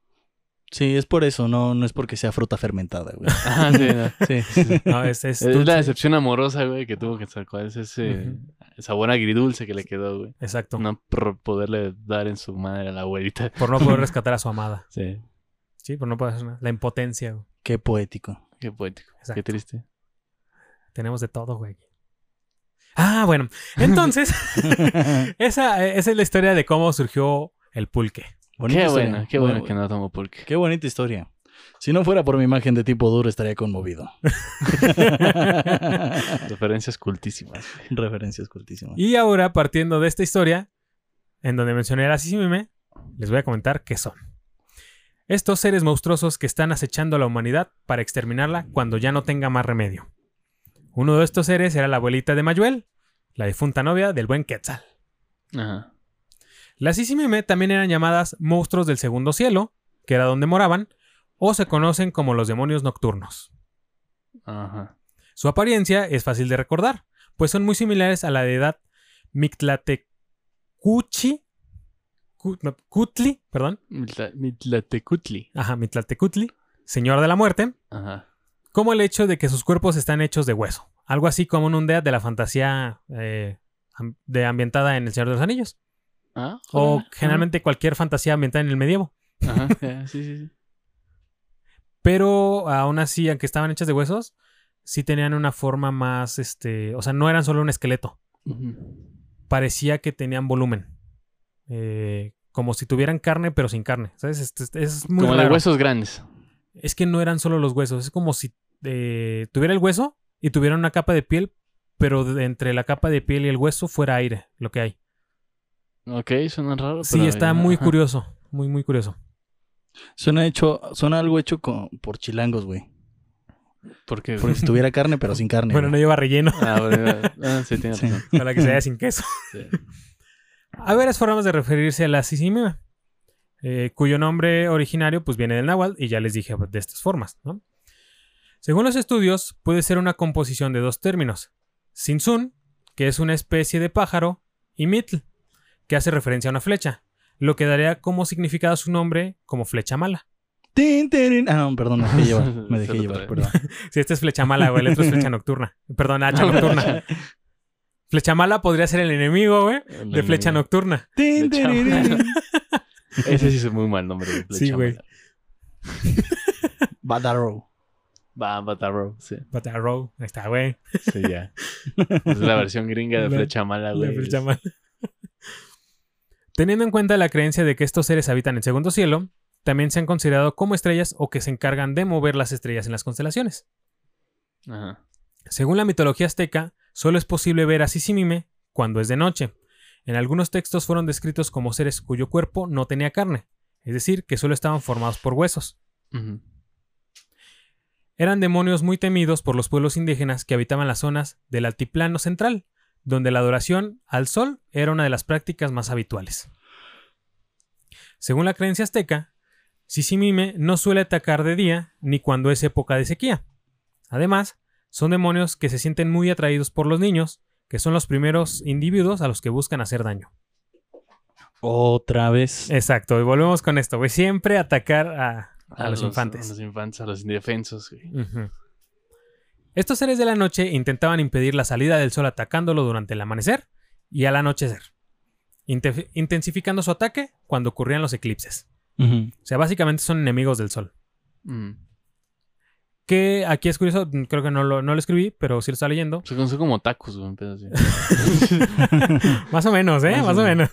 Speaker 3: Sí, es por eso, no, no es porque sea fruta fermentada, güey.
Speaker 2: Ah, sí, no.
Speaker 3: Sí, sí, sí.
Speaker 1: No, es, es
Speaker 2: Es la
Speaker 1: dulce.
Speaker 2: decepción amorosa, güey, que tuvo que sacar. Es ese
Speaker 1: Ujú.
Speaker 2: sabor agridulce que le quedó, güey.
Speaker 1: Exacto.
Speaker 2: No por poderle dar en su madre a la abuelita.
Speaker 1: Por no poder rescatar a su amada.
Speaker 2: Sí,
Speaker 1: Sí, por no poder hacer nada. La impotencia. güey.
Speaker 3: Qué poético.
Speaker 2: qué poético. Qué
Speaker 1: Exacto.
Speaker 2: triste.
Speaker 1: Tenemos de todo, güey. Ah, bueno. Entonces, esa, eh, esa es la historia de cómo surgió el pulque.
Speaker 3: Bonita
Speaker 2: qué
Speaker 3: historia.
Speaker 2: bueno, qué
Speaker 3: Muy
Speaker 2: bueno
Speaker 3: bu-
Speaker 2: que no tomo porque.
Speaker 3: Qué bonita historia. Si no fuera por mi imagen de tipo duro, estaría conmovido.
Speaker 2: Referencias cultísimas.
Speaker 3: Referencias cortísimas.
Speaker 1: Y ahora, partiendo de esta historia, en donde mencioné a la Sisimime, les voy a comentar qué son. Estos seres monstruosos que están acechando a la humanidad para exterminarla cuando ya no tenga más remedio. Uno de estos seres era la abuelita de Mayuel, la difunta novia del buen Quetzal.
Speaker 2: Ajá.
Speaker 1: Las Sisimime también eran llamadas monstruos del segundo cielo, que era donde moraban, o se conocen como los demonios nocturnos.
Speaker 2: Ajá.
Speaker 1: Su apariencia es fácil de recordar, pues son muy similares a la de edad Mictlatecuchi. cu- no, Cutli, perdón.
Speaker 2: Mitla- Mitlatecutli.
Speaker 1: Ajá, Mictlatecutli, señor de la muerte,
Speaker 2: Ajá.
Speaker 1: como el hecho de que sus cuerpos están hechos de hueso. Algo así como un undead de la fantasía eh, am- de ambientada en El Señor de los Anillos.
Speaker 2: Ah,
Speaker 1: O
Speaker 2: órale.
Speaker 1: generalmente cualquier fantasía ambientada en el medievo.
Speaker 2: Ah, Ajá, ya, sí, sí, sí.
Speaker 1: Pero aún así, aunque estaban hechas de huesos, sí tenían una forma más, este, o sea, no eran solo un esqueleto.
Speaker 2: Ujú.
Speaker 1: parecía que tenían volumen. Eh, como si tuvieran carne, pero sin carne. ¿Sabes? Este- este- es muy
Speaker 2: Como de
Speaker 1: raro.
Speaker 2: huesos grandes.
Speaker 1: Es que no eran solo los huesos. Es como si eh, tuviera el hueso y tuviera una capa de piel, pero de entre la capa de piel y el hueso fuera aire, lo que hay.
Speaker 2: Ok, suena raro.
Speaker 1: Sí,
Speaker 2: pero-
Speaker 1: está muy
Speaker 2: ajá.
Speaker 1: curioso. Muy, muy curioso.
Speaker 3: Suena hecho, suena algo hecho con- por chilangos, güey.
Speaker 2: ¿Por qué? güey?
Speaker 3: Porque si tuviera carne, pero sin carne.
Speaker 1: Bueno, no
Speaker 3: güey.
Speaker 1: lleva relleno
Speaker 2: Ah, bueno, ah, sí, tiene
Speaker 3: Sí.
Speaker 2: razón.
Speaker 1: para que se vea sin queso.
Speaker 2: Sí.
Speaker 1: Hay varias formas de referirse a la sisimima, eh, cuyo nombre originario pues viene del náhuatl y ya les dije pues, de estas formas, ¿no? Según los estudios, puede ser una composición de dos términos, sinsun, que es una especie de pájaro, y mitl, que hace referencia a una flecha, lo que daría como significado su nombre como flecha mala.
Speaker 3: Tin, tirin. Ah, no, perdón, me dejé llevar. Me
Speaker 2: Se
Speaker 3: dejé
Speaker 2: lo
Speaker 3: llevar,
Speaker 2: trae.
Speaker 3: perdón.
Speaker 1: Si esta es flecha mala, güey, el otro es flecha nocturna. Perdón, hacha nocturna. Flecha mala podría ser el enemigo, güey, de flecha nocturna.
Speaker 3: Tin,
Speaker 2: Flecha mala.
Speaker 3: tirirín.
Speaker 2: Ese sí es muy mal nombre. de
Speaker 1: Sí,
Speaker 2: flecha
Speaker 1: güey.
Speaker 2: mala.
Speaker 3: Badarrow.
Speaker 2: Va, Batarro. Sí,
Speaker 1: But I roll. Ahí está, güey.
Speaker 2: sí, ya. es la versión gringa de
Speaker 1: La-
Speaker 2: flecha mala,
Speaker 1: La
Speaker 2: Ah, güey.
Speaker 1: flecha
Speaker 2: Es-
Speaker 1: mala. pues, Teniendo en cuenta la creencia de que estos seres habitan el segundo cielo, también se han considerado como estrellas o que se encargan de mover las estrellas en las constelaciones.
Speaker 2: Ajá.
Speaker 1: Según la mitología azteca, solo es posible ver a Sisimime cuando es de noche. En algunos textos fueron descritos como seres cuyo cuerpo no tenía carne, es decir, que solo estaban formados por huesos.
Speaker 2: Ujú.
Speaker 1: Eran demonios muy temidos por los pueblos indígenas que habitaban las zonas del altiplano central, donde la adoración al sol era una de las prácticas más habituales. Según la creencia azteca, Sisimime no suele atacar de día ni cuando es época de sequía. Además, son demonios que se sienten muy atraídos por los niños, que son los primeros individuos a los que buscan hacer daño.
Speaker 3: Otra
Speaker 1: Eh.
Speaker 3: vez.
Speaker 1: Exacto, y volvemos con esto, güey. Siempre atacar a, a los
Speaker 2: A
Speaker 1: infantes.
Speaker 2: los infantes, a los indefensos, güey.
Speaker 1: Ujú. Estos seres de la noche intentaban impedir la salida del sol atacándolo durante el amanecer y al anochecer, inte- intensificando su ataque cuando ocurrían los eclipses.
Speaker 3: Ujú.
Speaker 1: O sea, básicamente son enemigos del sol.
Speaker 2: Mm.
Speaker 1: Que aquí es curioso, creo que no lo, no lo escribí, pero sí lo está leyendo.
Speaker 2: Se conoce como tacos, güey. un pedo así.
Speaker 1: Más o menos, ¿eh?
Speaker 2: Más o
Speaker 1: Más o menos.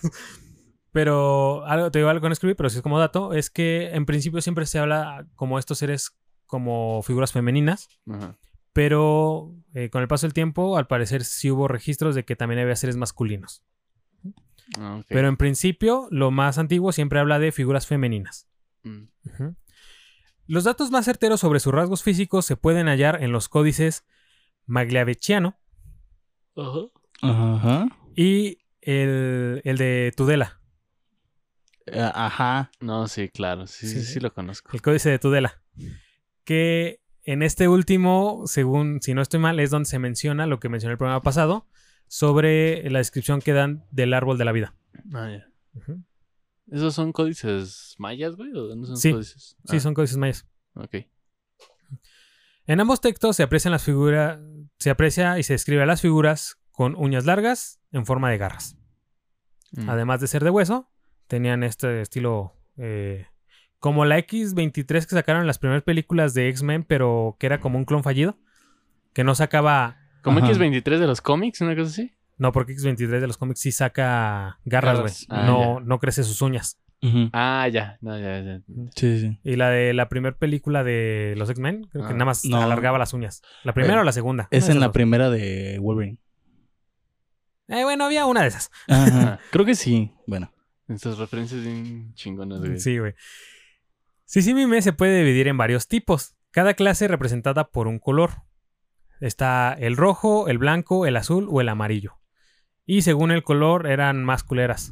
Speaker 1: Pero algo, te digo algo que no escribí, pero sí es como dato, es que en principio siempre se habla como estos seres como figuras femeninas,
Speaker 2: Ajá.
Speaker 1: pero eh, con el paso del tiempo, al parecer sí hubo registros de que también había seres masculinos.
Speaker 2: Ah, ok.
Speaker 1: Pero en principio, lo más antiguo siempre habla de figuras femeninas.
Speaker 2: Mm.
Speaker 1: Ujú. Los datos más certeros sobre sus rasgos físicos se pueden hallar en los códices Magliavechiano
Speaker 3: Ajá.
Speaker 1: y el, el de Tudela,
Speaker 3: Eh, Ajá.
Speaker 2: No, sí, claro. Sí,
Speaker 1: Sí,
Speaker 2: sí,
Speaker 1: sí.
Speaker 2: sí lo conozco.
Speaker 1: el códice de Tudela, que en este último, según si no estoy mal, es donde se menciona lo que mencioné el programa pasado sobre la descripción que dan del árbol de la vida.
Speaker 2: Ah, ya.
Speaker 1: Ujú.
Speaker 2: ¿Esos son códices mayas, güey? ¿O no son
Speaker 1: Sí.
Speaker 2: códices?
Speaker 1: Sí,
Speaker 2: Ah,
Speaker 1: son códices mayas.
Speaker 2: Ok.
Speaker 1: En ambos textos se aprecian las figuras, se aprecia y se describe a las figuras con uñas largas en forma de garras.
Speaker 2: Mm.
Speaker 1: Además de ser de hueso, tenían este estilo eh, como la X23 que sacaron en las primeras películas de X-Men, pero que era como un clon fallido, que no sacaba,
Speaker 2: ¿Como
Speaker 3: Ajá.
Speaker 2: X23 de los cómics? ¿Una cosa así?
Speaker 1: no porque X23 de los cómics sí saca garras, güey,
Speaker 2: Garras. Ah,
Speaker 1: no no crece sus uñas.
Speaker 3: Ujú.
Speaker 2: Ah, ya. No, ya, ya.
Speaker 3: Sí, sí.
Speaker 1: Y la de la primera película de los X-Men, creo que
Speaker 2: Ah,
Speaker 1: nada más
Speaker 3: no.
Speaker 1: alargaba las uñas. ¿La primera
Speaker 3: Eh,
Speaker 1: o la segunda?
Speaker 3: Es
Speaker 1: Una de
Speaker 3: en la
Speaker 1: esas dos.
Speaker 3: primera de Wolverine.
Speaker 1: Eh, bueno, había una de esas.
Speaker 3: Ajá. Creo que sí. Bueno.
Speaker 2: Estas referencias bien chingonas, güey.
Speaker 1: Sí, güey. Sisimime se puede dividir en varios tipos, cada clase representada por un color. Está el rojo, el blanco, el azul o el amarillo. Y según el color eran más culeras.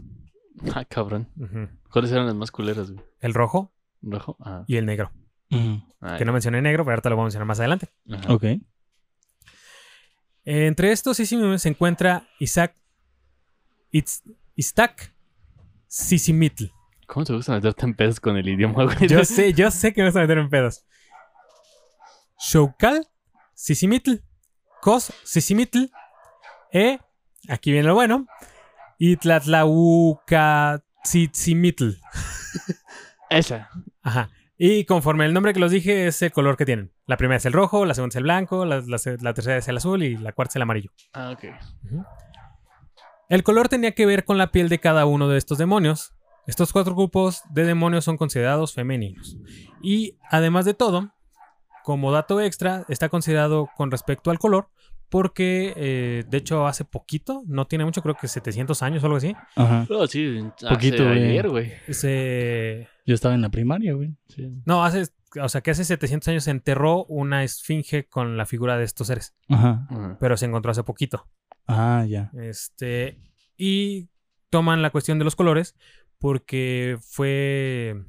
Speaker 2: Ah, cabrón.
Speaker 1: Ujú.
Speaker 2: ¿Cuáles eran las más culeras, güey?
Speaker 1: El rojo
Speaker 2: ¿Rojo? Ah.
Speaker 1: y el negro.
Speaker 3: Ujú.
Speaker 2: ah,
Speaker 1: Que no mencioné negro, pero ahorita lo voy a mencionar más adelante.
Speaker 2: ya. Ajá.
Speaker 3: Ok.
Speaker 1: Entre estos Sisimime se encuentra Isaac Itz- Iztac Sisimitl.
Speaker 2: ¿Cómo te gusta meterte en pedos con el idioma, güey?
Speaker 1: Yo sé, yo sé que me vas a meter en pedos. Shoucal, Sisimitl, Cos, Sisimitl, E, aquí viene lo bueno, y Tlatlaucatzitzimitl.
Speaker 2: Esa.
Speaker 1: Ajá. Y conforme el nombre que los dije es el color que tienen. La primera es el rojo, la segunda es el blanco, la, la se- la tercera es el azul y la cuarta es el amarillo.
Speaker 2: Ah, ok.
Speaker 1: El color tenía que ver con la piel de cada uno de estos demonios. Estos cuatro grupos de demonios son considerados femeninos. Y además de todo, como dato extra, está considerado con respecto al color, porque eh, de hecho hace poquito, no tiene mucho, creo que 700 años o algo así,
Speaker 3: Ajá.
Speaker 2: No, sí.
Speaker 3: Poquito,
Speaker 2: Poquito,
Speaker 3: güey.
Speaker 2: ayer, güey.
Speaker 1: se...
Speaker 3: Yo estaba en la primaria, güey.
Speaker 2: Sí.
Speaker 1: No, hace... O sea, que hace 700 años se enterró una esfinge con la figura de estos seres,
Speaker 3: Ajá.
Speaker 2: Ajá.
Speaker 1: pero se encontró hace poquito.
Speaker 3: Ah, ya.
Speaker 1: Este, y toman la cuestión de los colores porque fue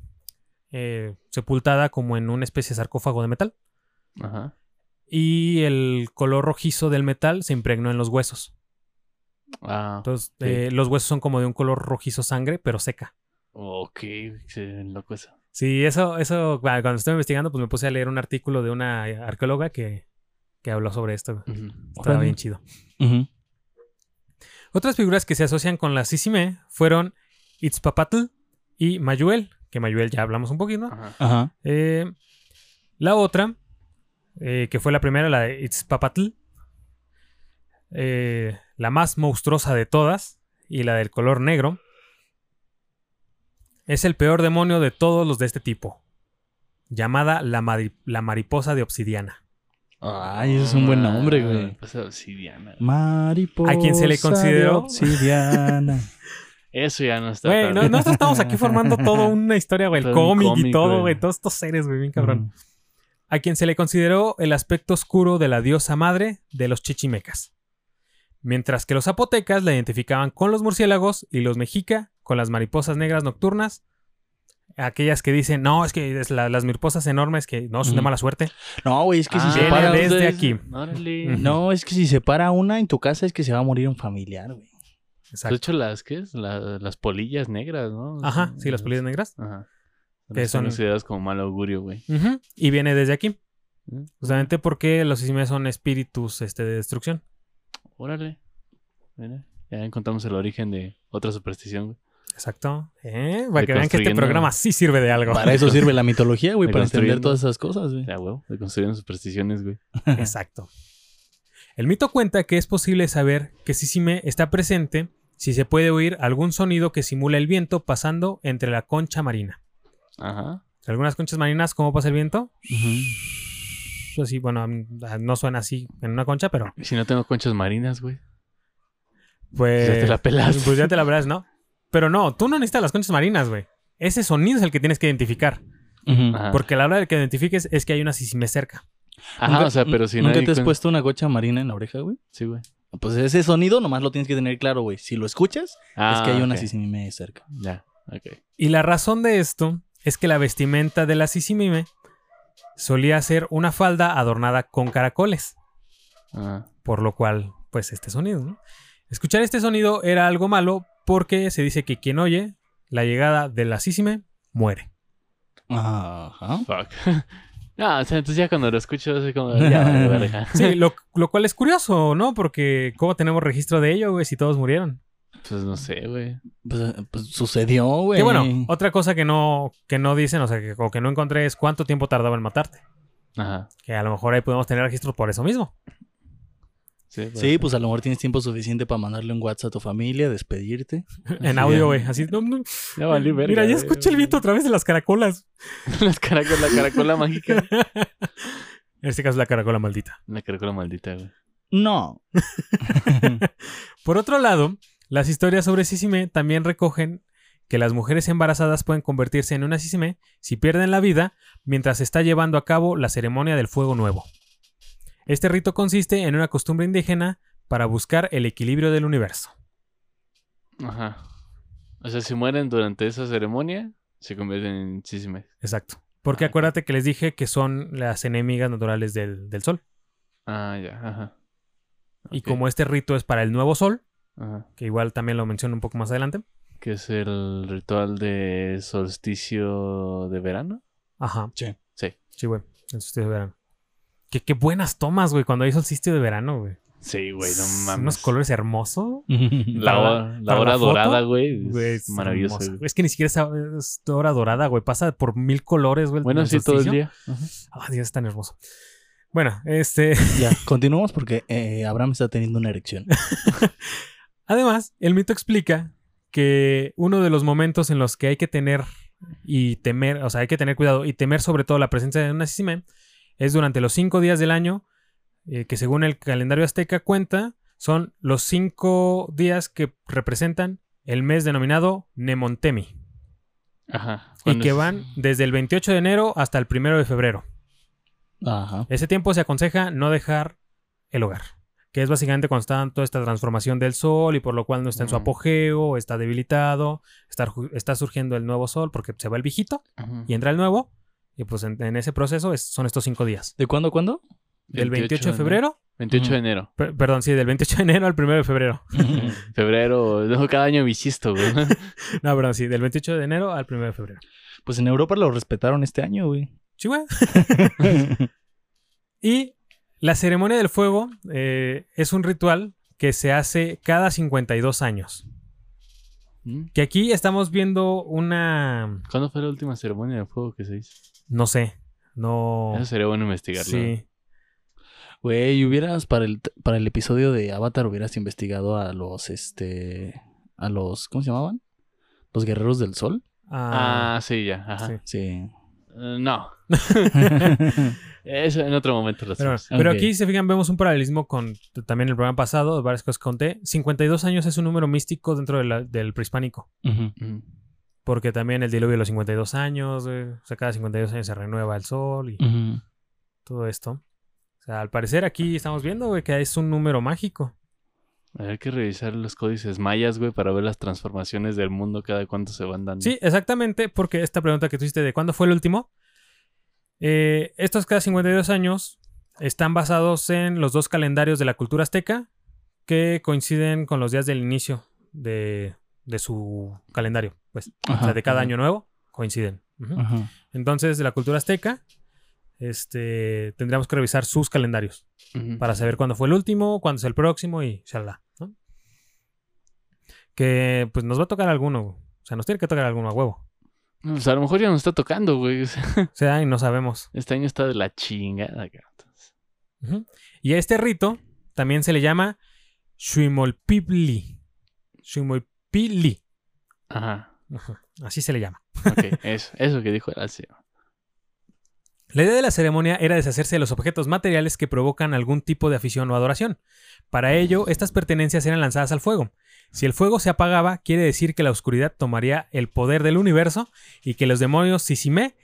Speaker 1: eh, sepultada como en una especie de sarcófago de metal.
Speaker 2: Ajá.
Speaker 1: Y el color rojizo del metal se impregnó en los huesos.
Speaker 2: Ah,
Speaker 1: Entonces,
Speaker 2: Sí.
Speaker 1: eh, los huesos son como de un color rojizo sangre, pero seca.
Speaker 2: ok. Se loco eso.
Speaker 1: Sí, eso, eso, bueno, cuando estuve investigando, pues me puse a leer un artículo de una arqueóloga que, que habló sobre esto.
Speaker 2: Ujú.
Speaker 1: Estaba
Speaker 3: Órale.
Speaker 1: bien chido. Otras figuras que se asocian con la Sisime fueron Itzpapatl y Mayuel, que Mayuel ya hablamos un poquito.
Speaker 2: Ajá.
Speaker 3: Ajá.
Speaker 1: Eh, la otra, eh, que fue la primera, la de Itzpapatl, eh, la más monstruosa de todas y la del color negro, es el peor demonio de todos los de este tipo, llamada la, mari- la mariposa de obsidiana.
Speaker 3: Ay, ese es un buen nombre, güey.
Speaker 2: Pues obsidiana.
Speaker 3: Mariposa.
Speaker 1: ¿A quién se le consideró?
Speaker 3: de obsidiana.
Speaker 2: Eso ya no está.
Speaker 1: Güey,
Speaker 2: tan-
Speaker 1: no- nosotros estamos aquí formando toda una historia, güey, el
Speaker 2: Todo un
Speaker 1: cómic y
Speaker 2: cómic,
Speaker 1: todo,
Speaker 2: güey.
Speaker 1: güey, todos estos seres, güey, bien cabrón. a quien se le consideró el aspecto oscuro de la diosa madre de los chichimecas, mientras que los zapotecas la identificaban con los murciélagos y los mexica con las mariposas negras nocturnas, aquellas que dicen, no, es que es la- las mariposas enormes que no son de
Speaker 3: Ujú.
Speaker 1: mala suerte.
Speaker 3: No, güey, es que si
Speaker 2: Ah,
Speaker 3: se
Speaker 1: viene
Speaker 3: para.
Speaker 1: de- desde
Speaker 2: entonces,
Speaker 1: aquí.
Speaker 2: Órale.
Speaker 1: Ujú.
Speaker 3: No, es que si se para una en tu casa es que se va a morir un familiar, güey.
Speaker 2: De
Speaker 1: Exacto.
Speaker 3: Pues,
Speaker 2: hecho, las, ¿qué es? La- las polillas negras, ¿no?
Speaker 1: Ajá, sí, las
Speaker 3: pues.
Speaker 1: polillas negras.
Speaker 2: Ajá.
Speaker 1: Que
Speaker 2: Que
Speaker 1: son-
Speaker 2: son consideradas como mal augurio, güey.
Speaker 1: Ujú, Y viene desde aquí,
Speaker 3: Mm.
Speaker 2: Ujú.
Speaker 1: justamente porque los chichimes son espíritus este, de destrucción.
Speaker 2: Órale. Mira, ya encontramos el origen de otra superstición, güey.
Speaker 1: Exacto. ¿Eh? Para que vean que este
Speaker 2: Reconstruyendo-
Speaker 1: programa sí sirve de algo.
Speaker 3: Para eso sirve la mitología, güey, para entender
Speaker 2: Reconstruyendo.
Speaker 3: todas esas cosas, güey.
Speaker 2: Ya, güey. De construyendo supersticiones, güey.
Speaker 1: Exacto. El mito cuenta que es posible saber que Sisime está presente si se puede oír algún sonido que simula el viento pasando entre la concha marina.
Speaker 2: Ajá.
Speaker 1: Algunas conchas marinas, ¿cómo pasa el viento? Así, bueno, a mí, a- no suena así en una concha, pero
Speaker 2: Y si no tengo conchas marinas, güey.
Speaker 3: Eh,
Speaker 1: pues...
Speaker 2: Ya te la pelaste.
Speaker 1: Pues ya te la verás, ¿no? Pero no, tú no necesitas las conchas marinas, güey. Ese sonido es el que tienes que identificar.
Speaker 3: Ujú.
Speaker 2: Ajá.
Speaker 1: Porque a la hora de que identifiques es que hay una Sisime cerca.
Speaker 2: Ajá,
Speaker 3: Nunca-
Speaker 2: o sea, pero si no.
Speaker 3: ¿Nunca
Speaker 2: hay
Speaker 3: te has
Speaker 2: cuen-
Speaker 3: puesto una gocha marina en la oreja, güey?
Speaker 2: Sí, güey.
Speaker 3: Pues ese sonido nomás lo tienes que tener claro, güey. Si lo escuchas,
Speaker 2: Ah,
Speaker 3: es que hay una
Speaker 2: ok.
Speaker 3: sisimime cerca.
Speaker 2: Ya, ok.
Speaker 1: Y la razón de esto es que la vestimenta de la Sisimime solía ser una falda adornada con caracoles,
Speaker 2: Ajá.
Speaker 1: por lo cual, pues este sonido, ¿no? Escuchar este sonido era algo malo porque se dice que quien oye la llegada de la Sisime muere.
Speaker 3: Ajá.
Speaker 2: Fuck. No, o sea, entonces ya cuando lo escucho, es como. Ya, vale, vale, ajá.
Speaker 1: Sí, lo, lo cual es curioso, ¿no? Porque ¿cómo tenemos registro de ello, güey, si todos murieron?
Speaker 2: Pues no sé, güey.
Speaker 3: Pues, eh, pues, sucedió, güey.
Speaker 1: Que bueno, otra cosa que no, que no dicen, o sea, que, o que no encontré es cuánto tiempo tardaba en matarte.
Speaker 2: Ajá.
Speaker 1: Que a lo mejor ahí podemos tener registro por eso mismo.
Speaker 2: Sí, pues.
Speaker 3: Sí, pues a lo mejor tienes tiempo suficiente para mandarle un WhatsApp a tu familia, despedirte.
Speaker 1: En audio, güey. Así, no, no,
Speaker 2: Ya valí verga,
Speaker 1: Mira, ya
Speaker 2: güey.
Speaker 1: escuché el viento a través de las caracolas.
Speaker 2: Las caracol- la caracola mágica.
Speaker 1: En este caso, la caracola maldita.
Speaker 2: La caracola maldita, güey.
Speaker 3: No.
Speaker 1: Por otro lado, las historias sobre Sisime también recogen que las mujeres embarazadas pueden convertirse en una Sisime si pierden la vida mientras se está llevando a cabo la ceremonia del fuego nuevo. Este rito consiste en una costumbre indígena para buscar el equilibrio del universo.
Speaker 2: Ajá. O sea, si mueren durante esa ceremonia, se convierten en chismes.
Speaker 1: Exacto. Porque
Speaker 2: Ah, ok.
Speaker 1: acuérdate que les dije que son las enemigas naturales del, del sol.
Speaker 2: Ah, ya, ajá.
Speaker 1: Y
Speaker 2: Ok,
Speaker 1: como este rito es para el nuevo sol,
Speaker 2: Ajá.
Speaker 1: que igual también lo menciono un poco más adelante.
Speaker 2: Que es el ritual de solsticio de verano.
Speaker 1: Ajá.
Speaker 3: Sí.
Speaker 2: Sí.
Speaker 1: Sí, güey. El solsticio de verano. Qué, qué buenas tomas, güey, cuando hay solsticio de verano, güey.
Speaker 2: Sí, güey, no
Speaker 1: S-
Speaker 2: mames.
Speaker 1: Unos colores hermosos.
Speaker 2: La,
Speaker 1: para la-
Speaker 2: hora, la
Speaker 1: para
Speaker 2: hora
Speaker 1: la foto,
Speaker 2: dorada, güey.
Speaker 1: Güey,
Speaker 2: Es
Speaker 1: es
Speaker 2: maravilloso.
Speaker 1: hermosa,
Speaker 2: güey.
Speaker 1: güey. Es que ni siquiera esa- es hora dorada, güey. Pasa por mil colores, güey.
Speaker 2: Bueno, sí, todo el
Speaker 1: solsticio.
Speaker 2: día.
Speaker 1: Ah, Dios, es tan hermoso. Bueno, este.
Speaker 3: ya, continuamos porque eh, Abraham está teniendo una erección.
Speaker 1: Además, el mito explica que uno de los momentos en los que hay que tener y temer, o sea, hay que tener cuidado y temer sobre todo la presencia de una sisime es durante los cinco días del año eh, que según el calendario azteca cuenta son los cinco días que representan el mes denominado Nemontemi
Speaker 2: Ajá.
Speaker 1: y
Speaker 2: ¿Cuándo
Speaker 1: que
Speaker 2: es?
Speaker 1: van desde el 28 de enero hasta el 1 de febrero.
Speaker 3: Ajá.
Speaker 1: Ese tiempo se aconseja no dejar el hogar, que es básicamente cuando está toda esta transformación del sol y por lo cual no está en su
Speaker 2: Ujú.
Speaker 1: apogeo, está debilitado, está, ju- está surgiendo el nuevo sol porque se va el viejito
Speaker 2: Ajá.
Speaker 1: y entra el nuevo. Y pues en, en ese proceso es- son estos cinco días.
Speaker 3: ¿De cuándo a cuándo?
Speaker 1: Del 28 de
Speaker 2: enero.
Speaker 1: febrero,
Speaker 2: 28 de
Speaker 3: Ujú.
Speaker 2: enero.
Speaker 1: per- perdón, sí, del 28 de enero al 1 de febrero.
Speaker 2: Febrero, no, cada año bisisto, güey.
Speaker 1: No, perdón, sí, del 28 de enero al 1 de febrero.
Speaker 3: Pues en Europa lo respetaron este año, güey.
Speaker 1: Sí, güey. Y la ceremonia del fuego eh, es un ritual que se hace cada 52 años.
Speaker 2: ¿Mm?
Speaker 1: Que aquí estamos viendo una...
Speaker 2: ¿Cuándo fue la última ceremonia de fuego que se hizo?
Speaker 1: No sé, no...
Speaker 2: Eso sería bueno investigarlo.
Speaker 1: Sí.
Speaker 3: Güey, hubieras para el, para el episodio de Avatar hubieras investigado a los, este, a los, ¿cómo se llamaban? Los guerreros del sol.
Speaker 1: Ah,
Speaker 2: Ah, sí, ya. Ajá.
Speaker 1: sí.
Speaker 3: Sí.
Speaker 2: Eh, no. Eso en otro momento lo
Speaker 1: Pero,
Speaker 2: hacemos.
Speaker 1: pero
Speaker 3: Ok.
Speaker 1: aquí, si se fijan, vemos un paralelismo con t- también el programa pasado, varias cosas que conté. 52 años es un número místico dentro de la- del prehispánico.
Speaker 2: Ujú.
Speaker 1: Porque también el diluvio de los 52 años, güey, o sea, cada 52 años se renueva el sol
Speaker 3: Mm.
Speaker 1: y todo esto. O sea, al parecer aquí estamos viendo, güey, que es un número mágico.
Speaker 2: Hay que revisar los códices mayas, güey, para ver las transformaciones del mundo cada cuánto se van dando.
Speaker 1: Sí, exactamente, porque esta pregunta que tú hiciste de cuándo fue el último, eh, estos cada 52 años están basados en los dos calendarios de la cultura azteca que coinciden con los días del inicio de, de su calendario, pues, o sea, de cada año nuevo coinciden. Ujú.
Speaker 3: Ajá.
Speaker 1: Entonces, de la cultura azteca, este, tendríamos que revisar sus calendarios.
Speaker 2: Ujú.
Speaker 1: para saber cuándo fue el último, cuándo es el próximo y shalá, ¿no? Que pues nos va a tocar alguno, güey. o sea, nos tiene que tocar alguno a huevo.
Speaker 2: No, pues, a lo mejor ya nos está tocando, güey. O sea,
Speaker 1: O sea, y no sabemos.
Speaker 2: Este año está de la chingada, cabrón. Entonces,
Speaker 1: Ujú. Y a este rito también se le llama Shumolpipli. Shumolpili.
Speaker 2: Ajá.
Speaker 1: Ujú. Así se le llama.
Speaker 2: Ok, eso, eso que dijo era así.
Speaker 1: La idea de la ceremonia era deshacerse de los objetos materiales que provocan algún tipo de afición o adoración. Para ello, estas pertenencias eran lanzadas al fuego. Si el fuego se apagaba, quiere decir que la oscuridad tomaría el poder del universo y que los demonios Sisimé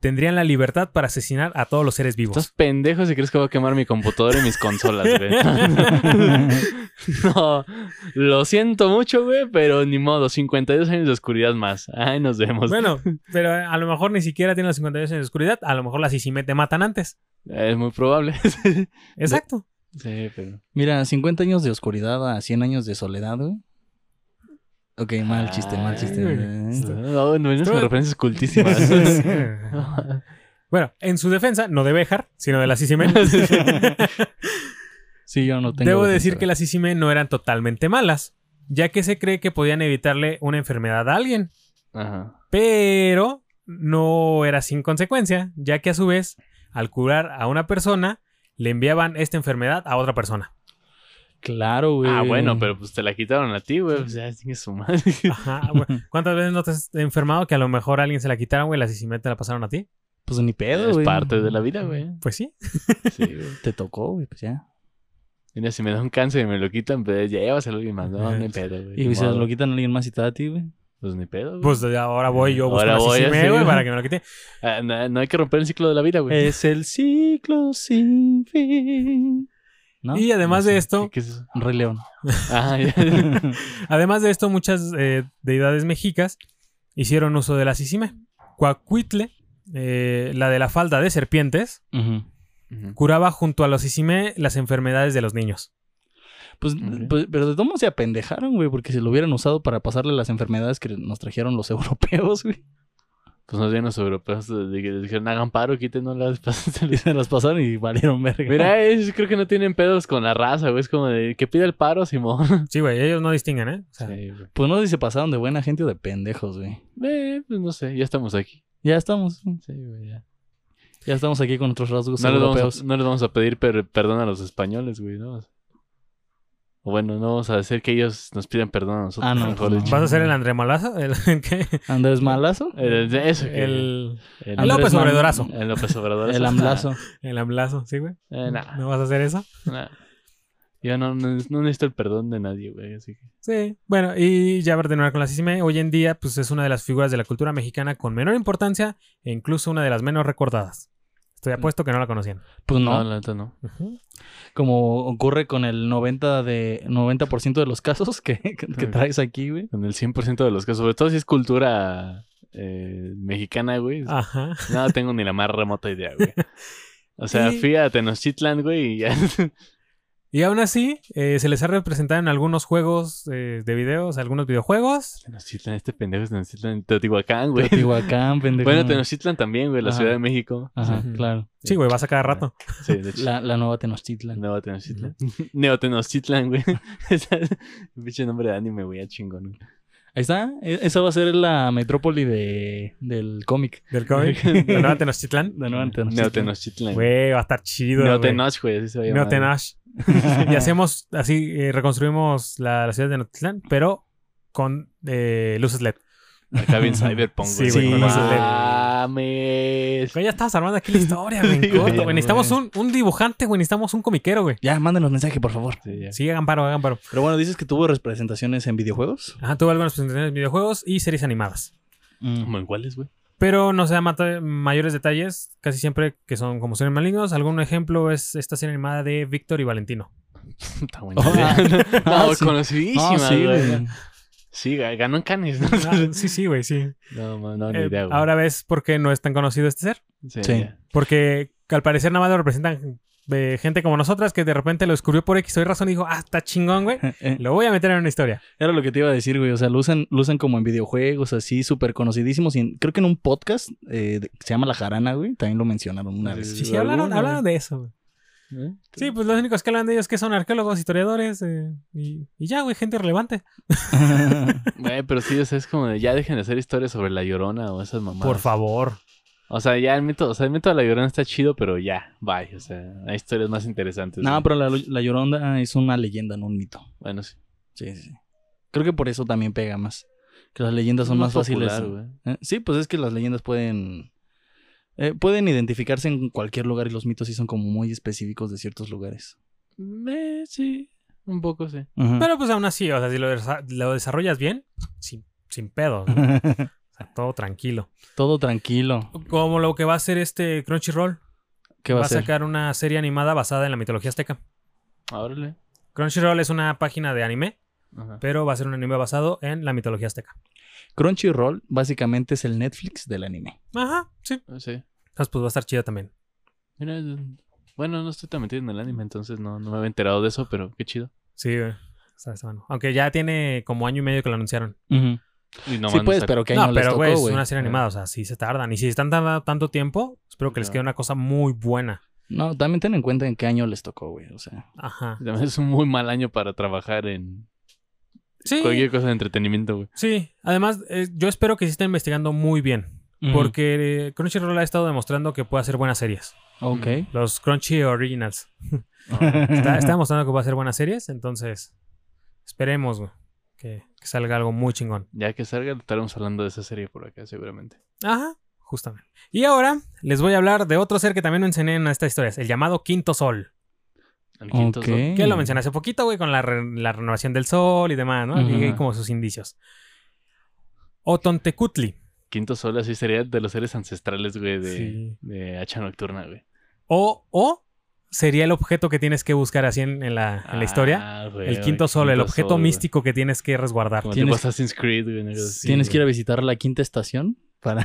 Speaker 1: tendrían la libertad para asesinar a todos los seres
Speaker 2: Estás
Speaker 1: vivos.
Speaker 2: pendejo si crees que voy a quemar mi computadora y mis consolas, güey. no, lo siento mucho, güey, pero ni modo. 52 años de oscuridad más. Ay, nos vemos.
Speaker 1: Bueno, pero a lo mejor ni siquiera tienen los 52 años de oscuridad, a lo mejor las Sisimé te matan antes.
Speaker 2: Es muy probable.
Speaker 1: Exacto.
Speaker 2: sí, pero.
Speaker 3: Mira, 50 años de oscuridad a 100 años de soledad, güey. Ok, mal chiste, mal chiste. Este,
Speaker 1: Ay,
Speaker 2: No, no vienes con
Speaker 1: Estuvo-
Speaker 2: referencias cultísimas.
Speaker 1: bueno, en su defensa, no de Béjar, sino de las Sisimé.
Speaker 3: Sí, yo no tengo.
Speaker 1: Debo
Speaker 3: defensa,
Speaker 1: decir
Speaker 3: güey.
Speaker 1: que las Isime no eran totalmente malas, ya que se cree que podían evitarle una enfermedad a alguien,
Speaker 2: Ajá.
Speaker 1: pero no era sin consecuencia, ya que a su vez, al curar a una persona, le enviaban esta enfermedad a otra persona.
Speaker 3: Claro, güey.
Speaker 2: Ah, bueno, pero pues te la quitaron a ti, güey. Pues ya tiene su madre.
Speaker 1: Ajá, güey. ¿Cuántas veces no te has enfermado que a lo mejor a alguien se la quitaron, güey, las Isime te la pasaron a ti?
Speaker 3: Pues ni pedo,
Speaker 2: Es
Speaker 3: güey.
Speaker 2: parte de la vida, güey.
Speaker 1: Pues sí.
Speaker 2: Sí, güey.
Speaker 3: Te tocó, güey, pues ya.
Speaker 2: Mira, si me da un cáncer y me lo quitan, pues ya va a ser alguien más. No,
Speaker 1: Ajá.
Speaker 2: ni pedo, güey.
Speaker 3: Y
Speaker 2: Ni
Speaker 3: se
Speaker 2: modo.
Speaker 3: lo quitan a alguien más y te da a ti, güey.
Speaker 2: Pues ni pedo, güey.
Speaker 1: Pues ahora voy yo busco
Speaker 2: Ahora
Speaker 1: las
Speaker 2: voy,
Speaker 1: Isime,
Speaker 2: así,
Speaker 1: güey,
Speaker 2: ¿no?
Speaker 1: para que me la quite.
Speaker 2: Ah, no, no hay que romper el ciclo de la vida, güey.
Speaker 3: Es el ciclo sin fin. ¿No?
Speaker 1: Y además de
Speaker 2: ¿Qué,
Speaker 1: esto,
Speaker 2: qué es eso?
Speaker 3: Rey León.
Speaker 2: Ah, ya.
Speaker 1: Además de esto, muchas eh, deidades mexicas hicieron uso de la sisime. Coacuitle, eh, la de la falda de serpientes,
Speaker 2: Ujú.
Speaker 1: curaba junto a los sisime las enfermedades de los niños.
Speaker 3: Pues,
Speaker 2: Ok.
Speaker 3: pues, pero de todos modos se apendejaron, güey, porque si lo hubieran usado para pasarle las enfermedades que nos trajeron los europeos, güey.
Speaker 2: Pues nos bien los europeos de que les dijeron, hagan paro, quítenos las
Speaker 3: Y se las pasaron y valieron verga.
Speaker 2: Mira, ellos creo que no tienen pedos con la raza, güey. Es como de que pide el paro, Simón.
Speaker 1: Sí, güey, ellos no distinguen, ¿eh? O sea,
Speaker 2: Sí, güey.
Speaker 3: Pues no sé si se pasaron de buena gente o de pendejos, güey.
Speaker 2: Eh, pues no sé, ya estamos aquí.
Speaker 3: Ya estamos,
Speaker 2: Sí, güey, ya.
Speaker 3: ya estamos aquí con nuestros rasgos
Speaker 2: No les, vamos
Speaker 3: europeos.
Speaker 2: a, no les vamos a pedir per- perdón a los españoles, güey, ¿no? O bueno, no vamos a hacer que ellos nos pidan perdón a nosotros.
Speaker 3: Ah, no,
Speaker 2: mejor
Speaker 3: pues no.
Speaker 2: dicho.
Speaker 1: ¿Vas a ser el André Malazo? ¿El, el qué?
Speaker 3: Andrés Malazo,
Speaker 2: El, eso que-
Speaker 1: El,
Speaker 2: el-
Speaker 1: el López
Speaker 3: Andrés Manuel.
Speaker 1: Obredorazo.
Speaker 2: el López Obrador.
Speaker 3: el Amlazo.
Speaker 1: El Amlazo, ¿sí, güey?
Speaker 2: Eh, nah,
Speaker 1: ¿No vas a hacer eso?
Speaker 2: nah. Yo no, no, no necesito el perdón de nadie, güey. Así que...
Speaker 1: Sí. Bueno, y ya para terminar con la sisime, hoy en día, pues es una de las figuras de la cultura mexicana con menor importancia e incluso una de las menos recordadas. Estoy apuesto que no la conocían.
Speaker 3: Pues no,
Speaker 2: No, la neta no.
Speaker 1: Ujú.
Speaker 3: como ocurre con el 90 de 90% de los casos que, que- que
Speaker 2: Mm.
Speaker 3: traes aquí, güey.
Speaker 2: En el 100% de los casos, sobre todo si es cultura eh, mexicana, güey.
Speaker 3: Ah.
Speaker 1: Ajá.
Speaker 2: No tengo ni la más remota idea, güey. O sea,
Speaker 1: Y-
Speaker 2: fui a Tenochtitlan, güey, y ya.
Speaker 1: Y aún así, eh, se les ha representado en algunos juegos eh, de videos, algunos videojuegos.
Speaker 2: Tenochtitlan, este pendejo es Tenochtitlan, Teotihuacán, güey.
Speaker 3: Teotihuacán, pendejo.
Speaker 2: Bueno, Tenochtitlan también, güey, la
Speaker 3: Ajá.
Speaker 2: Ciudad de México.
Speaker 3: Ajá,
Speaker 1: Ujú.
Speaker 3: claro.
Speaker 1: Sí, güey, vas a cada rato.
Speaker 2: Sí, de hecho.
Speaker 3: La, la nueva Tenochtitlan.
Speaker 2: Nueva Tenochtitlan. Neo Tenochtitlan, güey. Un pinche nombre de anime, güey, a chingón.
Speaker 3: Ahí está. e- Esa va a ser la metrópoli de, del cómic.
Speaker 1: Del cómic. La nueva Tenochtitlan.
Speaker 3: La nueva
Speaker 2: Neo
Speaker 3: Tenochtitlan.
Speaker 2: Tenochtitlan.
Speaker 1: Güey, va a estar chido.
Speaker 2: Neo
Speaker 1: güey.
Speaker 2: Tenoch, güey, así se va a llamar.
Speaker 1: Neotenash. y hacemos así, eh, reconstruimos la, la ciudad de Tenochtitlan, pero con eh, luces LED.
Speaker 2: Acá bien cyberpunk, güey.
Speaker 1: Sí, güey,
Speaker 2: No
Speaker 1: con luces LED.
Speaker 2: mames.
Speaker 1: Güey, ya estabas armando aquí la historia, güey. en
Speaker 2: Sí,
Speaker 1: corto,
Speaker 2: güey,
Speaker 1: güey.
Speaker 3: güey.
Speaker 1: Necesitamos un, un dibujante, güey. Necesitamos un comiquero, güey.
Speaker 3: Ya, mándenos mensaje, por favor.
Speaker 2: Sí, ya.
Speaker 1: Sí, hagan paro, hagan paro.
Speaker 3: Pero bueno, dices que tuvo representaciones en videojuegos.
Speaker 1: Ajá, tuvo algunas presentaciones de videojuegos y series animadas.
Speaker 3: Mm.
Speaker 2: ¿Cómo en cuáles, güey?
Speaker 1: Pero no se da mata- mayores detalles, casi siempre que son como seres malignos. Algún ejemplo es esta serie animada de Víctor y Valentino.
Speaker 2: Está buena.
Speaker 3: Oh,
Speaker 2: idea.
Speaker 3: ah,
Speaker 2: no,
Speaker 3: sí.
Speaker 2: conocidísima,
Speaker 3: No, sí,
Speaker 2: güey.
Speaker 3: güey.
Speaker 2: Sí, ga- ganó en Cannes, ¿no?
Speaker 1: Ah, sí, sí, güey, sí.
Speaker 2: No, no, no, ni
Speaker 1: Eh,
Speaker 2: idea, güey.
Speaker 1: ahora ves por qué no es tan conocido este ser.
Speaker 2: Sí.
Speaker 3: Sí.
Speaker 2: ya.
Speaker 1: Porque al parecer nada más lo representan eh, gente como nosotras que de repente lo descubrió por X o Y razón y dijo, ah, está chingón, güey.
Speaker 3: Eh,
Speaker 1: Lo voy a meter en una historia.
Speaker 3: Era lo que te iba a decir, güey. O sea, lo usan, lo usan como en videojuegos, así, súper conocidísimos. Y en- creo que en un podcast eh, de- se llama La Jarana, güey. También lo mencionaron una vez.
Speaker 1: Sí, sí, hablaron,
Speaker 2: Alguna,
Speaker 1: hablaron de eso, güey.
Speaker 2: ¿Eh?
Speaker 1: Sí, pues los únicos que hablan de ellos que son arqueólogos, historiadores eh, y, y ya, güey, gente relevante.
Speaker 2: Güey, pero sí, o sea, es como de ya dejen de hacer historias sobre la llorona o esas mamadas.
Speaker 1: Por favor.
Speaker 2: O sea, ya el mito, o sea, el mito de la llorona está chido, pero ya, bye. O sea, hay historias más interesantes.
Speaker 3: no,
Speaker 2: güey.
Speaker 3: pero la, la Lloronda es una leyenda, no un mito.
Speaker 2: Bueno, sí.
Speaker 3: Sí, sí. sí. Creo que por eso también pega más. Que las leyendas son más, fáciles.
Speaker 2: popular, güey.
Speaker 3: ¿eh? Sí, pues es que las leyendas pueden. eh, pueden identificarse en cualquier lugar y los mitos sí son como muy específicos de ciertos lugares.
Speaker 2: Eh, sí, un poco sí.
Speaker 3: Ajá.
Speaker 1: Pero pues aún así, o sea, si lo, desa- lo desarrollas bien, sin, sin pedos, ¿no? O sea, todo tranquilo.
Speaker 3: Todo tranquilo.
Speaker 1: Como lo que va a hacer este Crunchyroll.
Speaker 3: ¿Qué
Speaker 1: Va
Speaker 3: va,
Speaker 1: a
Speaker 3: a ser?
Speaker 1: sacar una serie animada basada en la mitología azteca.
Speaker 2: Órale.
Speaker 1: Crunchyroll es una página de anime,
Speaker 2: Ajá.
Speaker 1: pero va a ser un anime basado en la mitología azteca.
Speaker 3: Crunchyroll básicamente es el Netflix del anime.
Speaker 1: Ajá, sí.
Speaker 2: Sí.
Speaker 1: Entonces, pues va a estar chido también.
Speaker 2: Mira, es- bueno, no estoy tan metido en el anime, entonces no, no me había enterado de eso, pero qué chido.
Speaker 1: Sí, güey. Está- está bueno. Aunque ya tiene como año y medio que lo anunciaron.
Speaker 2: Y no
Speaker 3: sí,
Speaker 2: mames,
Speaker 3: pues,
Speaker 2: sac-
Speaker 3: pero que
Speaker 1: no,
Speaker 3: año les
Speaker 1: pero
Speaker 3: tocó,
Speaker 1: güey, Ah. es
Speaker 3: güey.
Speaker 1: una serie animada, o sea, sí se tardan. Y si están tardando tanto tiempo, espero que les
Speaker 2: Ya.
Speaker 1: quede una cosa muy buena.
Speaker 3: No, también ten en cuenta en qué año les tocó, güey. O sea,
Speaker 1: Ajá.
Speaker 2: También es un muy mal año para trabajar en
Speaker 1: Sí,
Speaker 2: cualquier cosa de entretenimiento, güey.
Speaker 1: sí. Además, eh, yo espero que sí estén investigando muy bien. Porque eh, Crunchyroll ha estado demostrando que puede hacer buenas series.
Speaker 3: Ok.
Speaker 1: Los Crunchy Originals. Está,
Speaker 3: Está-
Speaker 1: está
Speaker 3: está-
Speaker 1: demostrando que puede hacer buenas series, entonces esperemos güey, que, que salga algo muy chingón.
Speaker 2: Ya que salga, estaremos hablando de esa serie por acá, seguramente.
Speaker 1: Ajá, justamente. Y ahora les voy a hablar de otro ser que también mencioné en estas historias, el llamado Quinto Sol.
Speaker 2: El quinto
Speaker 3: Ok.
Speaker 2: sol.
Speaker 1: Que lo mencioné hace poquito, güey, con la, re- la renovación del sol y demás, ¿no? Y
Speaker 3: Ujú.
Speaker 1: hay como sus indicios. Otontecutli.
Speaker 2: Quinto sol, así sería de los seres ancestrales, güey, de,
Speaker 1: Sí.
Speaker 2: de Hacha Nocturna, güey.
Speaker 1: O, o sería el objeto que tienes que buscar así en, en la, en la historia.
Speaker 2: Ah, güey,
Speaker 1: el Quinto Sol, el objeto
Speaker 2: sol, güey.
Speaker 1: místico que tienes que resguardar.
Speaker 2: Como
Speaker 3: Tienes-
Speaker 2: tipo Assassin's Creed, güey. algo así,
Speaker 3: Tienes
Speaker 2: güey.
Speaker 3: que ir a visitar la quinta estación para.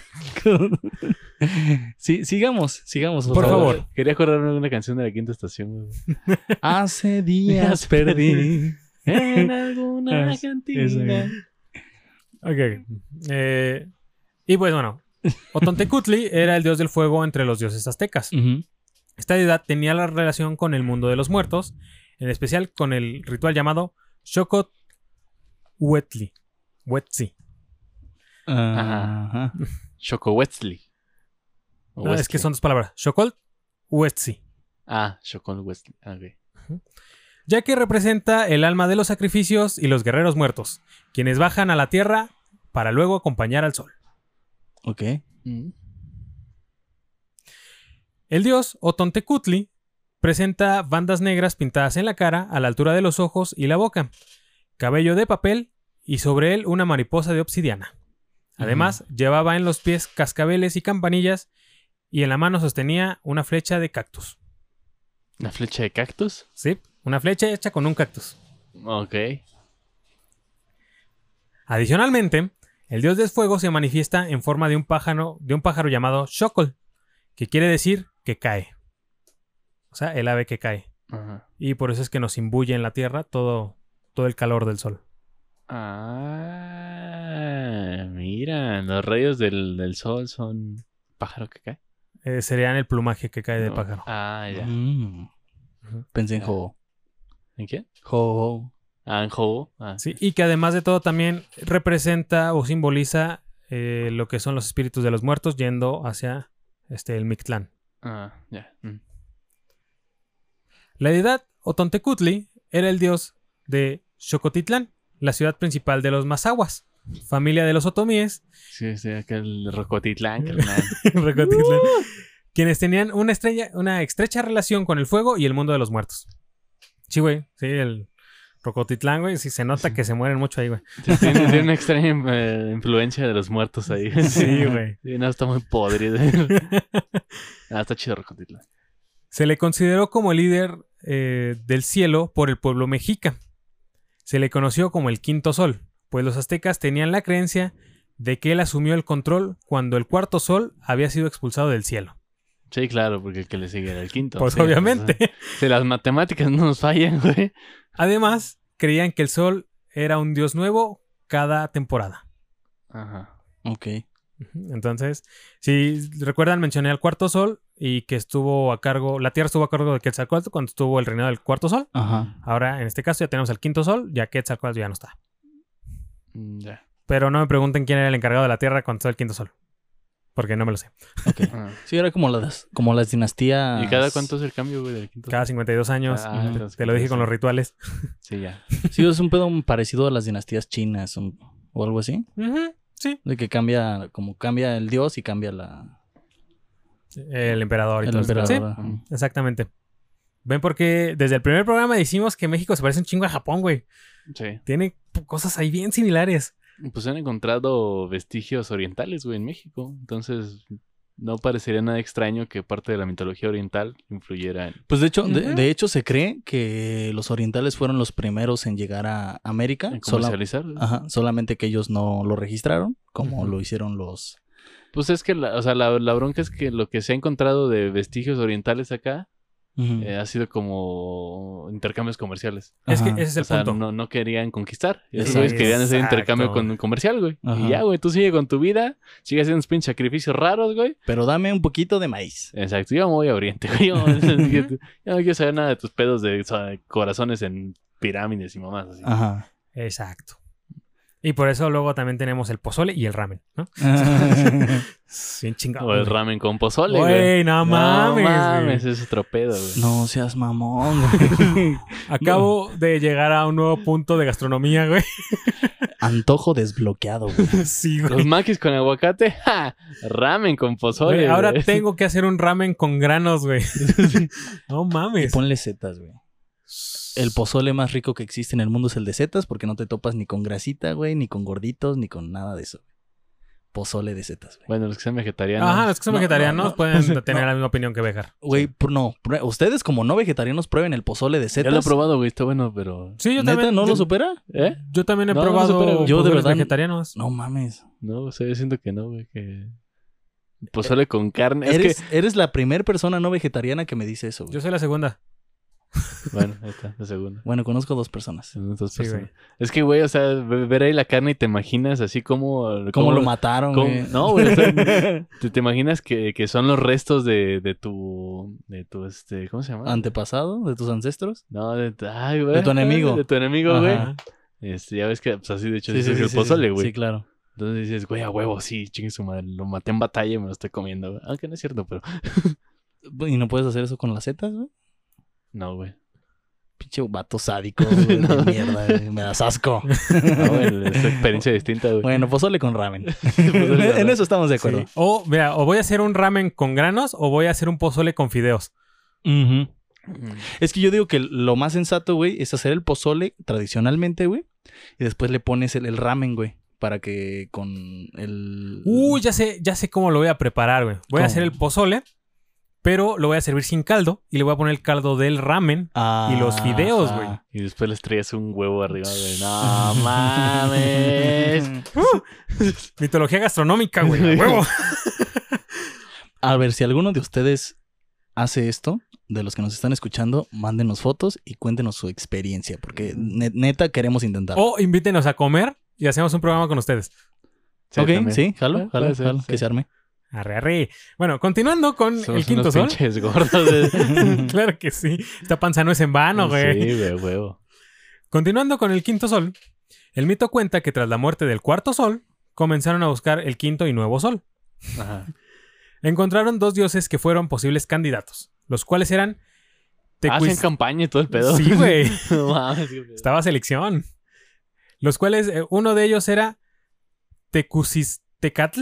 Speaker 3: sí, sigamos, sigamos.
Speaker 1: Por favor.
Speaker 2: Quería acordarme de una canción de la quinta estación, güey.
Speaker 3: Hace días perdí.
Speaker 2: en
Speaker 1: Ah,
Speaker 2: alguna
Speaker 3: Es-
Speaker 2: cantina.
Speaker 1: Ok. Eh, y pues bueno, Otontecutli era el dios del fuego entre los dioses aztecas.
Speaker 3: Ujú.
Speaker 1: Esta deidad tenía la relación con el mundo de los muertos, en especial con el ritual llamado Shokot Huetli. Huetzi.
Speaker 3: Ajá.
Speaker 2: Choco Wesley. O
Speaker 1: No, es
Speaker 2: Wesley.
Speaker 1: que son dos palabras. Shokot Huetzi.
Speaker 2: Ah, Choco Wesley. Ah, ok.
Speaker 1: Ya que representa el alma de los sacrificios y los guerreros muertos, quienes bajan a la tierra para luego acompañar al sol.
Speaker 3: Ok. Mm,
Speaker 1: El dios Otontecutli presenta bandas negras pintadas en la cara a la altura de los ojos y la boca, cabello de papel y sobre él una mariposa de obsidiana. Además, llevaba en los pies cascabeles y campanillas y en la mano sostenía una flecha de cactus.
Speaker 2: ¿Una flecha de cactus?
Speaker 1: ¿Sí? Una flecha hecha con un cactus.
Speaker 2: Ok.
Speaker 1: Adicionalmente, el dios del fuego se manifiesta en forma de un pájaro, de un pájaro llamado Xocol, que quiere decir que cae. O sea, el ave que cae.
Speaker 2: Ajá.
Speaker 1: Y por eso es que nos imbuye en la Tierra todo, todo el calor del sol.
Speaker 2: Ah, mira, los rayos del, del sol son pájaro que cae.
Speaker 1: Eh, serían el plumaje que cae del
Speaker 2: No.
Speaker 1: pájaro.
Speaker 2: Ah, ya.
Speaker 3: Mm.
Speaker 1: Ujú.
Speaker 3: Pensé en
Speaker 2: Ya.
Speaker 3: Ho.
Speaker 2: ¿En qué?
Speaker 3: Ho.
Speaker 2: Ah, en Hobo. Ah,
Speaker 1: Sí, y que además de todo también representa o simboliza eh, lo que son los espíritus de los muertos yendo hacia este, el Mictlán.
Speaker 2: ah, ya. Mm.
Speaker 1: La deidad Otontecutli era el dios de Xocotitlán, la ciudad principal de los Mazahuas, familia de los Otomíes,
Speaker 2: Sí, sí, aquel
Speaker 1: Mm.
Speaker 2: Rocotitlán, carnal.
Speaker 1: Rocotitlán, quienes tenían una, estrella, una estrecha relación con el fuego y el mundo de los muertos. Sí, güey, sí, el Rocotitlán, güey, sí se nota que se mueren mucho ahí, güey.
Speaker 2: Sí, tiene, tiene una extraña eh, influencia de los muertos ahí.
Speaker 1: Sí, güey.
Speaker 2: Sí, no, está muy podrido. ah, está chido Rocotitlán.
Speaker 1: Se le consideró como el líder eh, del cielo por el pueblo mexica. Se le conoció como el quinto sol, pues los aztecas tenían la creencia de que él asumió el control cuando el cuarto sol había sido expulsado del cielo.
Speaker 2: Sí, claro, porque el que le sigue era el quinto.
Speaker 1: Pues
Speaker 2: Sí,
Speaker 1: obviamente.
Speaker 2: pues, si las matemáticas no nos fallan, güey.
Speaker 1: Además, creían que el sol era un dios nuevo cada temporada.
Speaker 2: Ajá.
Speaker 3: Ok.
Speaker 1: Ujú, Entonces, si recuerdan, mencioné al cuarto sol y que estuvo a cargo, la tierra estuvo a cargo de Quetzalcóatl cuando estuvo el reinado del cuarto sol.
Speaker 3: Ajá.
Speaker 1: Ahora, en este caso, ya tenemos al quinto sol, ya Quetzalcóatl ya no está.
Speaker 2: Mm, Ya.
Speaker 1: Pero no me pregunten quién era el encargado de la Tierra cuando estaba el quinto sol. Porque no me lo sé.
Speaker 2: Ah.
Speaker 3: Sí, era como las, como las dinastías.
Speaker 2: ¿Y cada cuánto es el cambio, güey, del quinto?
Speaker 1: Ah, Cada 52 años.
Speaker 2: Ah,
Speaker 3: ujú,
Speaker 2: de los
Speaker 1: te lo dije
Speaker 2: quintos,
Speaker 1: con los rituales.
Speaker 2: Sí, ya.
Speaker 3: Sí, es un pedo parecido a las dinastías chinas un- o algo así.
Speaker 1: Ujú, sí.
Speaker 3: De que cambia, como cambia el dios y cambia la,
Speaker 1: El emperador y
Speaker 3: el
Speaker 1: todo eso.
Speaker 3: emperador.
Speaker 1: Sí,
Speaker 3: ajá.
Speaker 1: exactamente. Ven porque desde el primer programa decimos que México se parece un chingo a Japón, güey.
Speaker 2: Sí.
Speaker 1: Tiene p- cosas ahí bien similares.
Speaker 2: Pues se han encontrado vestigios orientales, güey, en México. Entonces, no parecería nada extraño que parte de la mitología oriental influyera en...
Speaker 3: Pues de hecho, de,
Speaker 1: Ujú.
Speaker 3: de hecho se cree que los orientales fueron los primeros en llegar a América.
Speaker 1: ¿eh?
Speaker 2: en
Speaker 3: sola-
Speaker 2: comercializar. güey.
Speaker 1: Ah.
Speaker 3: ajá, solamente que ellos no lo registraron, como
Speaker 1: Ujú.
Speaker 3: lo hicieron los...
Speaker 2: Pues es que, la, o sea, la, la bronca es que lo que se ha encontrado de vestigios orientales acá
Speaker 1: Mm.
Speaker 3: Ujú.
Speaker 2: eh, ha sido como intercambios comerciales.
Speaker 1: Es que
Speaker 3: Ajá.
Speaker 1: ese es
Speaker 2: O
Speaker 1: el
Speaker 2: sea,
Speaker 1: punto.
Speaker 2: no, no querían conquistar. Y esos
Speaker 3: Exacto.
Speaker 2: güeyes querían hacer
Speaker 1: Exacto.
Speaker 2: intercambio con un comercial, güey.
Speaker 3: Ajá.
Speaker 2: Y ya, güey, tú sigue con tu vida, sigue haciendo unos pinches sacrificios raros, güey.
Speaker 3: Pero dame un poquito de maíz.
Speaker 2: Exacto, yo me voy a Oriente, güey. Yo, yo no quiero saber nada de tus pedos de o sea, corazones en pirámides y mamás así.
Speaker 1: Ah.
Speaker 3: Ajá.
Speaker 1: Exacto. Y por eso luego también tenemos el pozole y el ramen, ¿no? Bien chingado.
Speaker 2: O el
Speaker 1: güey.
Speaker 2: ramen con pozole, güey.
Speaker 1: Güey, no mames.
Speaker 2: no
Speaker 1: güey.
Speaker 2: mames, es otro pedo, güey.
Speaker 3: no seas mamón, güey.
Speaker 1: Acabo de llegar a un nuevo punto de gastronomía, güey.
Speaker 3: Antojo desbloqueado, güey.
Speaker 1: Sí, güey.
Speaker 2: Los maquis con aguacate, ja, ramen con pozole.
Speaker 1: Güey,
Speaker 2: güey.
Speaker 1: ahora tengo que hacer un ramen con granos, güey. no mames.
Speaker 3: Ponle setas, güey. El pozole más rico que existe en el mundo es el de setas porque no te topas ni con grasita, güey, ni con gorditos, ni con nada de eso. Pozole de setas, güey.
Speaker 2: Bueno, los que sean vegetarianos.
Speaker 1: Ajá, los que son
Speaker 3: No,
Speaker 1: vegetarianos
Speaker 3: no, no.
Speaker 1: pueden
Speaker 3: No.
Speaker 1: tener la misma opinión que Bejar.
Speaker 3: Güey, pr- no. pr- Ustedes como no vegetarianos prueben el pozole de
Speaker 2: ya
Speaker 3: setas.
Speaker 2: lo he probado, güey, está bueno, pero.
Speaker 1: Sí, yo
Speaker 3: ¿Neta
Speaker 1: también.
Speaker 3: no
Speaker 1: yo,
Speaker 3: lo supera?
Speaker 2: ¿Eh?
Speaker 1: yo también he
Speaker 2: No, no
Speaker 1: probado
Speaker 2: supera, güey.
Speaker 1: yo
Speaker 3: Yo de verdad-
Speaker 1: vegetarianos.
Speaker 3: No mames.
Speaker 2: No, o sea, yo siento que no, güey, que. Pozole con carne. Es
Speaker 3: Eres, eres la primera persona no vegetariana que me dice eso, güey.
Speaker 1: Yo soy la segunda.
Speaker 2: que. Bueno, ahí está, la segunda.
Speaker 3: Bueno, conozco dos personas.
Speaker 2: Son dos
Speaker 1: Sí, güey.
Speaker 2: personas. Es que, güey, o sea, ve- ver ahí la carne y te imaginas así como.
Speaker 3: ¿Cómo lo mataron,
Speaker 2: cómo-
Speaker 3: güey?
Speaker 2: No, güey. o sea, te, te imaginas que, que son los restos de, de tu. De tu, este. ¿Cómo se llama?
Speaker 3: ¿Antepasado de tus ancestros?
Speaker 2: No, de tu. Ay, güey.
Speaker 3: De tu enemigo.
Speaker 2: De tu enemigo, güey.
Speaker 3: Ajá.
Speaker 2: Este, ya ves que, pues así de hecho, se surgió el pozole, güey.
Speaker 3: Sí, claro.
Speaker 2: Entonces dices, güey, a huevo, sí, chingue su madre. Lo maté en batalla y me lo estoy comiendo, güey. Aunque no es cierto, pero.
Speaker 3: ¿Y no puedes hacer eso con las setas, güey?
Speaker 2: No, güey.
Speaker 3: Pinche vato sádico, güey,
Speaker 2: No. Ah,
Speaker 3: de mierda, güey. Me das asco.
Speaker 2: No, güey, es experiencia distinta, güey.
Speaker 3: Bueno, pozole con ramen.
Speaker 2: con ramen.
Speaker 3: en eso estamos de acuerdo.
Speaker 1: Sí. O, mira, o voy a hacer un ramen con granos o voy a hacer un pozole con fideos.
Speaker 3: Ujú.
Speaker 2: Mm.
Speaker 3: Es que yo digo que lo más sensato, güey, es hacer el pozole tradicionalmente, güey. Y después le pones el, el ramen, güey. Para que con el...
Speaker 1: Uy, ya sé, ya sé cómo lo voy a preparar, güey. Voy a
Speaker 3: ¿Cómo?
Speaker 1: hacer el pozole, pero lo voy a servir sin caldo y le voy a poner el caldo del ramen.
Speaker 3: Ah,
Speaker 1: y los fideos,
Speaker 3: ajá.
Speaker 1: güey.
Speaker 2: Y después les traías un huevo arriba, güey. No mames.
Speaker 1: Mitología gastronómica, güey. a huevo.
Speaker 3: A ver, si alguno de ustedes hace esto, de los que nos están escuchando, mándenos fotos y cuéntenos su experiencia, porque
Speaker 2: Mm.
Speaker 3: ne- neta queremos intentar.
Speaker 1: O invítenos a comer y hacemos un programa con ustedes.
Speaker 3: ok,
Speaker 2: también.
Speaker 3: sí,
Speaker 2: Eh,
Speaker 3: jalo, jalo,
Speaker 2: puede ser,
Speaker 3: jalo,
Speaker 2: sí.
Speaker 3: que se arme.
Speaker 1: Arre, arre. Bueno, continuando con
Speaker 2: Somos
Speaker 1: el quinto
Speaker 2: unos
Speaker 1: sol.
Speaker 2: pinches gordos. de-
Speaker 1: claro que sí. Esta panza Ah, no es en vano, güey.
Speaker 2: Sí, güey, huevo.
Speaker 1: Continuando con el quinto sol, el mito cuenta que tras la muerte del cuarto sol, comenzaron a buscar el quinto y nuevo sol.
Speaker 2: Ajá.
Speaker 1: Encontraron dos dioses que fueron posibles candidatos, los cuales eran
Speaker 2: Hacen
Speaker 1: Tecuis-
Speaker 2: Ah, campaña y todo el pedo.
Speaker 1: Sí, güey.
Speaker 2: No mames, güey.
Speaker 1: Estaba selección. Los cuales, eh, uno de ellos era Tecusistecatl,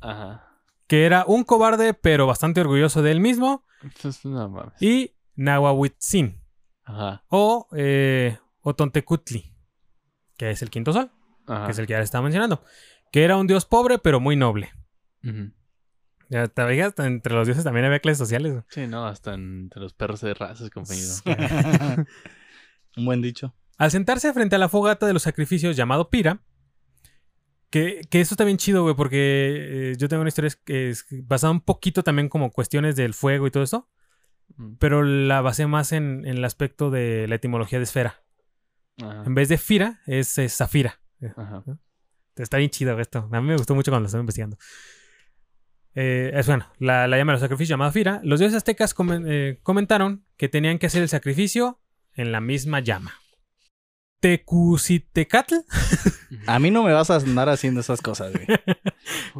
Speaker 2: Ajá.
Speaker 1: que era un cobarde pero bastante orgulloso de él mismo,
Speaker 2: Entonces, no mames.
Speaker 1: y Nahuahuitzin,
Speaker 2: Ajá.
Speaker 1: o eh, Otontecutli, que es el quinto sol,
Speaker 2: Ajá.
Speaker 1: que es el que ya les estaba mencionando, que era un dios pobre pero muy noble.
Speaker 2: Ujú.
Speaker 1: Ya te fijas, entre los dioses también había clases sociales.
Speaker 2: Sí, no, hasta entre los perros de razas, compañero.
Speaker 3: Un buen dicho.
Speaker 1: Al sentarse frente a la fogata de los sacrificios llamado Pira, que, que eso está bien chido, güey, porque eh, yo tengo una historia es- que es basada un poquito también como cuestiones del fuego y todo eso,
Speaker 2: Mm.
Speaker 1: pero la basé más en, en el aspecto de la etimología de esfera.
Speaker 2: Ajá.
Speaker 1: En vez de Fira, es, eh, Zafira.
Speaker 2: Ajá.
Speaker 1: Está bien chido güey, esto. A mí me gustó mucho cuando lo estaba investigando. Eh, es bueno, la, la llama de los sacrificios llamada Fira. Los dioses aztecas comen- eh, comentaron que tenían que hacer el sacrificio en la misma llama. Tecusitecatl
Speaker 3: A mí no me vas a andar haciendo esas cosas, güey.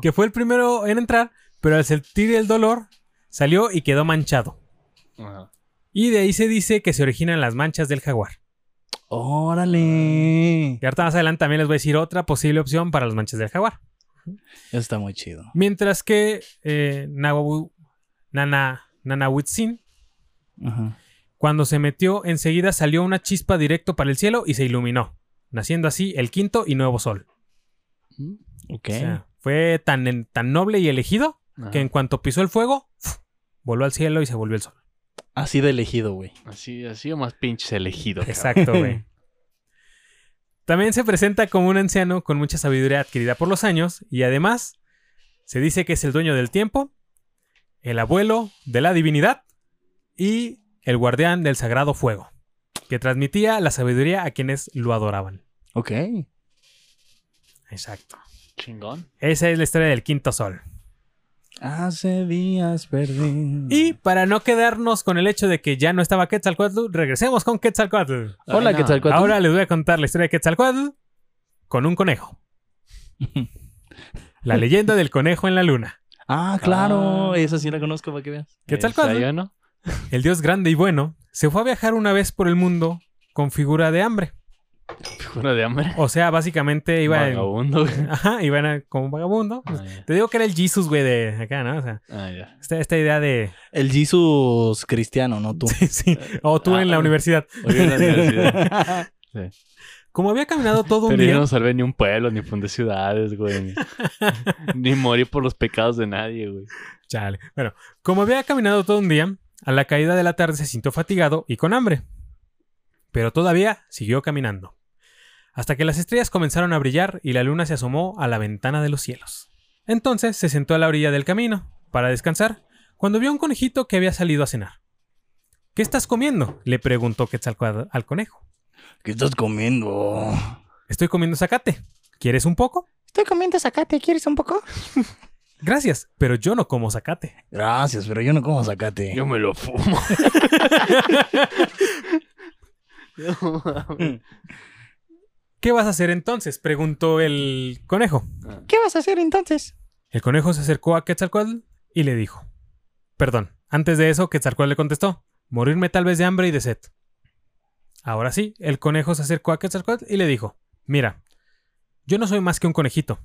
Speaker 1: que fue el primero en entrar, pero al sentir el dolor salió y quedó manchado.
Speaker 2: Ajá.
Speaker 1: Y de ahí se dice que se originan las manchas del jaguar.
Speaker 3: Órale.
Speaker 1: Y ahorita más adelante también les voy a decir otra posible opción para las manchas del jaguar.
Speaker 3: Eso está muy chido.
Speaker 1: Mientras que eh, Nahuabu- Nana, Nanahuitzin,
Speaker 3: Ajá.
Speaker 1: cuando se metió, enseguida salió una chispa directo para el cielo y se iluminó, naciendo así el quinto y nuevo sol.
Speaker 3: Ok.
Speaker 1: O sea, fue tan, en- tan noble y elegido
Speaker 2: Ajá.
Speaker 1: que en cuanto pisó el fuego, voló al cielo y se volvió el sol.
Speaker 3: Así de elegido, güey.
Speaker 2: Así, así o más pinches elegido. cabrón.
Speaker 1: Exacto, güey. También se presenta como un anciano con mucha sabiduría adquirida por los años y además se dice que es el dueño del tiempo, el abuelo de la divinidad y el guardián del sagrado fuego, que transmitía la sabiduría a quienes lo adoraban.
Speaker 3: Ok.
Speaker 1: Exacto.
Speaker 2: Chingón.
Speaker 1: Esa es la historia del quinto sol.
Speaker 3: Hace días perdí.
Speaker 1: Y para no quedarnos con el hecho de que ya no estaba Quetzalcoatl, regresemos con Quetzalcoatl.
Speaker 3: Hola,
Speaker 2: Ay, no.
Speaker 3: ¿qué tal?
Speaker 1: Ahora les voy a contar la historia de Quetzalcoatl con un conejo. La leyenda del conejo en la luna.
Speaker 3: Ah, claro.
Speaker 2: Ah.
Speaker 3: Esa sí la conozco para que veas.
Speaker 1: Quetzalcóatl.
Speaker 2: Esa yo Eh, no.
Speaker 1: El dios grande y bueno se fue a viajar una vez por el mundo con figura de hambre.
Speaker 2: Figura de hambre.
Speaker 1: O sea, básicamente iba en-
Speaker 2: Vagabundo, güey.
Speaker 1: Ajá, iba en- como un vagabundo.
Speaker 2: Ah, ya.
Speaker 1: Te digo que era el Jesus, güey, de acá, ¿no? O sea,
Speaker 2: Ah, ya.
Speaker 1: esta, esta idea de...
Speaker 3: El Jesus cristiano, no tú.
Speaker 1: Sí, sí. O tú
Speaker 2: Ah,
Speaker 1: en la
Speaker 2: ah.
Speaker 1: universidad.
Speaker 2: Oye, en la universidad.
Speaker 1: Como había caminado todo un
Speaker 2: Pero yo
Speaker 1: día...
Speaker 2: no salvé ni un pueblo, ni fundé ciudades, güey. Ni, ni morí por los pecados de nadie, güey.
Speaker 1: Chale. Bueno, como había caminado todo un día, a la caída de la tarde se sintió fatigado y con hambre. Pero todavía siguió caminando. Hasta que las estrellas comenzaron a brillar y la luna se asomó a la ventana de los cielos. Entonces se sentó a la orilla del camino, para descansar, cuando vio a un conejito que había salido a cenar. ¿Qué estás comiendo? le preguntó Quetzalcoatl al conejo.
Speaker 3: ¿Qué estás comiendo?
Speaker 1: Estoy comiendo zacate. ¿Quieres un poco?
Speaker 3: Estoy comiendo zacate. ¿Quieres un poco?
Speaker 1: Gracias, pero yo no como zacate.
Speaker 3: Gracias, pero yo no como zacate.
Speaker 2: Yo me lo fumo. No mames.
Speaker 1: ¿Qué vas a hacer entonces? preguntó el conejo.
Speaker 3: ¿Qué vas a hacer entonces?
Speaker 1: El conejo se acercó a Quetzalcoatl y le dijo: Perdón, antes de eso, Quetzalcoatl le contestó: Morirme tal vez de hambre y de sed. Ahora sí, el conejo se acercó a Quetzalcoatl y le dijo: Mira, yo no soy más que un conejito,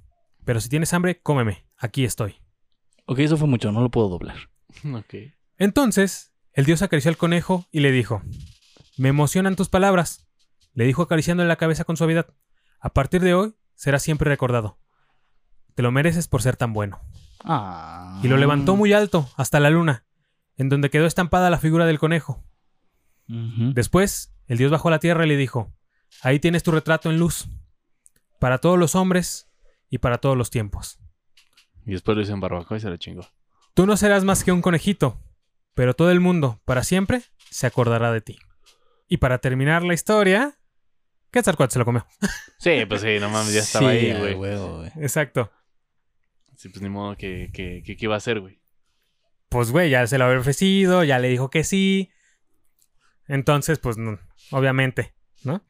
Speaker 1: pero si tienes hambre, cómeme, aquí estoy.
Speaker 3: Ok, eso fue mucho, no lo puedo doblar.
Speaker 2: Ok.
Speaker 1: Entonces, el dios acarició al conejo y le dijo: Me emocionan tus palabras, le dijo acariciándole la cabeza con suavidad. A partir de hoy, serás siempre recordado. Te lo mereces por ser tan bueno.
Speaker 3: Ah.
Speaker 1: y lo levantó muy alto hasta la luna, en donde quedó estampada la figura del conejo.
Speaker 3: Ujú.
Speaker 1: Después, el dios bajó a la tierra y le dijo, ahí tienes tu retrato en luz, para todos los hombres y para todos los tiempos.
Speaker 2: Y después lo hice en barbacoa y se lo chingó.
Speaker 1: Tú no serás más que un conejito, Pero todo el mundo, para siempre, se acordará de ti. Y para terminar la historia, Quetzalcóatl se lo comió.
Speaker 2: Sí, pues sí, no mames, ya estaba
Speaker 3: Sí,
Speaker 2: ahí,
Speaker 3: a
Speaker 2: güey.
Speaker 3: huevo, güey.
Speaker 1: Exacto.
Speaker 2: Sí, pues ni modo que, que, que, que iba a hacer, güey.
Speaker 1: Pues, güey, ya se lo había ofrecido, ya le dijo que sí. Entonces, pues, no, obviamente, ¿no?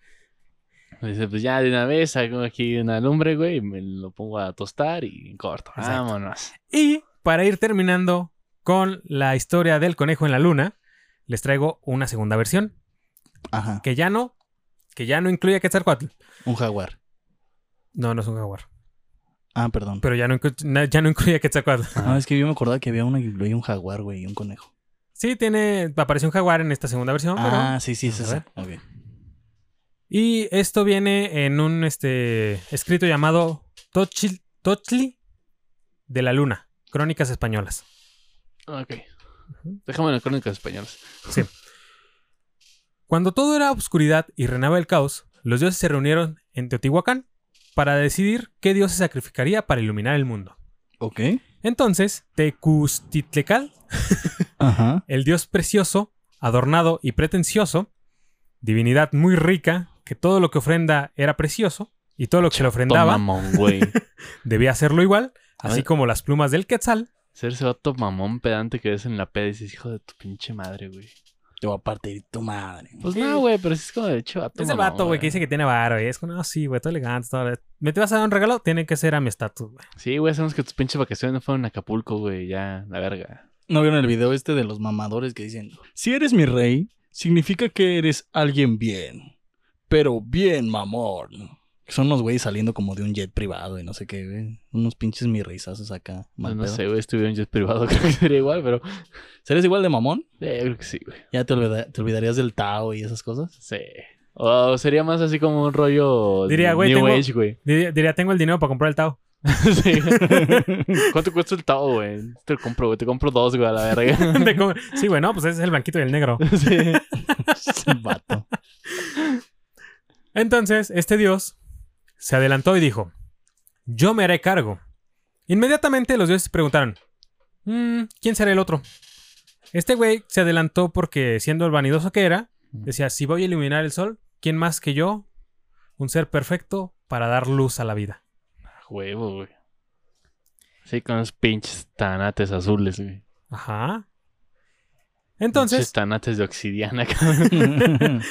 Speaker 2: Dice, pues ya de una vez hago aquí una lumbre, güey, me lo pongo a tostar y corto.
Speaker 1: Exacto.
Speaker 2: Vámonos.
Speaker 1: Y para ir terminando con la historia del conejo en la luna, les traigo una segunda versión.
Speaker 3: Ajá.
Speaker 1: Que ya no, que ya no incluye a Quetzalcoatl.
Speaker 3: Un jaguar.
Speaker 1: No, no es un jaguar.
Speaker 3: Ah, perdón.
Speaker 1: Pero ya no, inclu- na- ya no incluye a Quetzalcoatl.
Speaker 3: No, Ah, es que yo me acordaba que había una que incluía un jaguar, güey, y un conejo.
Speaker 1: Sí, tiene. Aparece un jaguar en esta segunda versión, pero.
Speaker 3: ah, sí, sí, es
Speaker 1: Vamos a
Speaker 3: esa. Ok.
Speaker 1: Y esto viene en un este, escrito llamado Tochil- Tochtli de la Luna, Crónicas Españolas.
Speaker 2: Ah, Ok. Déjame las crónicas españolas.
Speaker 1: Cuando todo era obscuridad y reinaba el caos, los dioses se reunieron en Teotihuacán para decidir qué dios se sacrificaría para iluminar el mundo.
Speaker 3: Ok.
Speaker 1: Entonces, Tecustitlecal,
Speaker 3: Ajá.
Speaker 1: el dios precioso, adornado y pretencioso, divinidad muy rica, que todo lo que ofrenda era precioso, y todo lo que se le ofrendaba
Speaker 2: Vato mamón, güey.
Speaker 1: debía hacerlo igual, así
Speaker 2: Ay.
Speaker 1: como las plumas del quetzal,
Speaker 2: Ser ese vato mamón pedante que ves en la peda y dices, hijo de tu pinche madre, güey.
Speaker 3: Te voy a partir tu madre.
Speaker 2: Pues
Speaker 1: Sí.
Speaker 2: no, güey, pero sí es como de hecho vato
Speaker 1: Es el
Speaker 2: mamón,
Speaker 1: vato, güey, que dice que tiene varo, güey. Es como, no, sí, güey, todo elegante, todo. ¿Me te vas a dar un regalo? Tiene que ser a mi estatus, güey.
Speaker 2: Sí, güey, sabemos que tus pinches vacaciones no fueron a Acapulco, güey, ya, la verga.
Speaker 3: ¿No vieron el video este de los mamadores que dicen, si eres mi rey, significa que eres alguien bien, pero bien mamón? Que Son unos güeyes saliendo como de un jet privado y no sé qué, güey. Unos pinches mi reizazos acá.
Speaker 2: No,
Speaker 3: mal
Speaker 2: no
Speaker 3: pedo.
Speaker 2: sé, güey, estuvieron yo privado, creo que sería igual, pero
Speaker 3: ¿Serías igual de mamón?
Speaker 2: eh, yo creo que sí, güey.
Speaker 3: ¿Ya te, olvida- te olvidarías del Tao y esas cosas?
Speaker 2: Sí. O sería más así como un rollo
Speaker 1: Diría, güey,
Speaker 2: New
Speaker 1: tengo-
Speaker 2: Age, güey.
Speaker 1: Diría, diría, tengo el dinero para comprar el Tao.
Speaker 2: Sí. ¿Cuánto cuesta el tao, güey? Te lo compro, güey, te compro dos, güey, a la verga.
Speaker 1: De cómo- sí, güey, no, pues ese es el blanquito y el negro.
Speaker 2: Sí.
Speaker 3: Vato.
Speaker 1: Entonces, este dios se adelantó y dijo: Yo me haré cargo. Inmediatamente los dioses preguntaron: "Mm, ¿Quién será el otro? Este güey se adelantó porque, siendo el vanidoso que era, decía: Si voy a iluminar el sol, ¿quién más que yo? Un ser perfecto para dar luz a la vida.
Speaker 2: Huevo, güey. Sí, con los pinches tanates azules, güey.
Speaker 1: Ajá. Entonces,
Speaker 2: Pinches tanates de obsidiana, cabrón.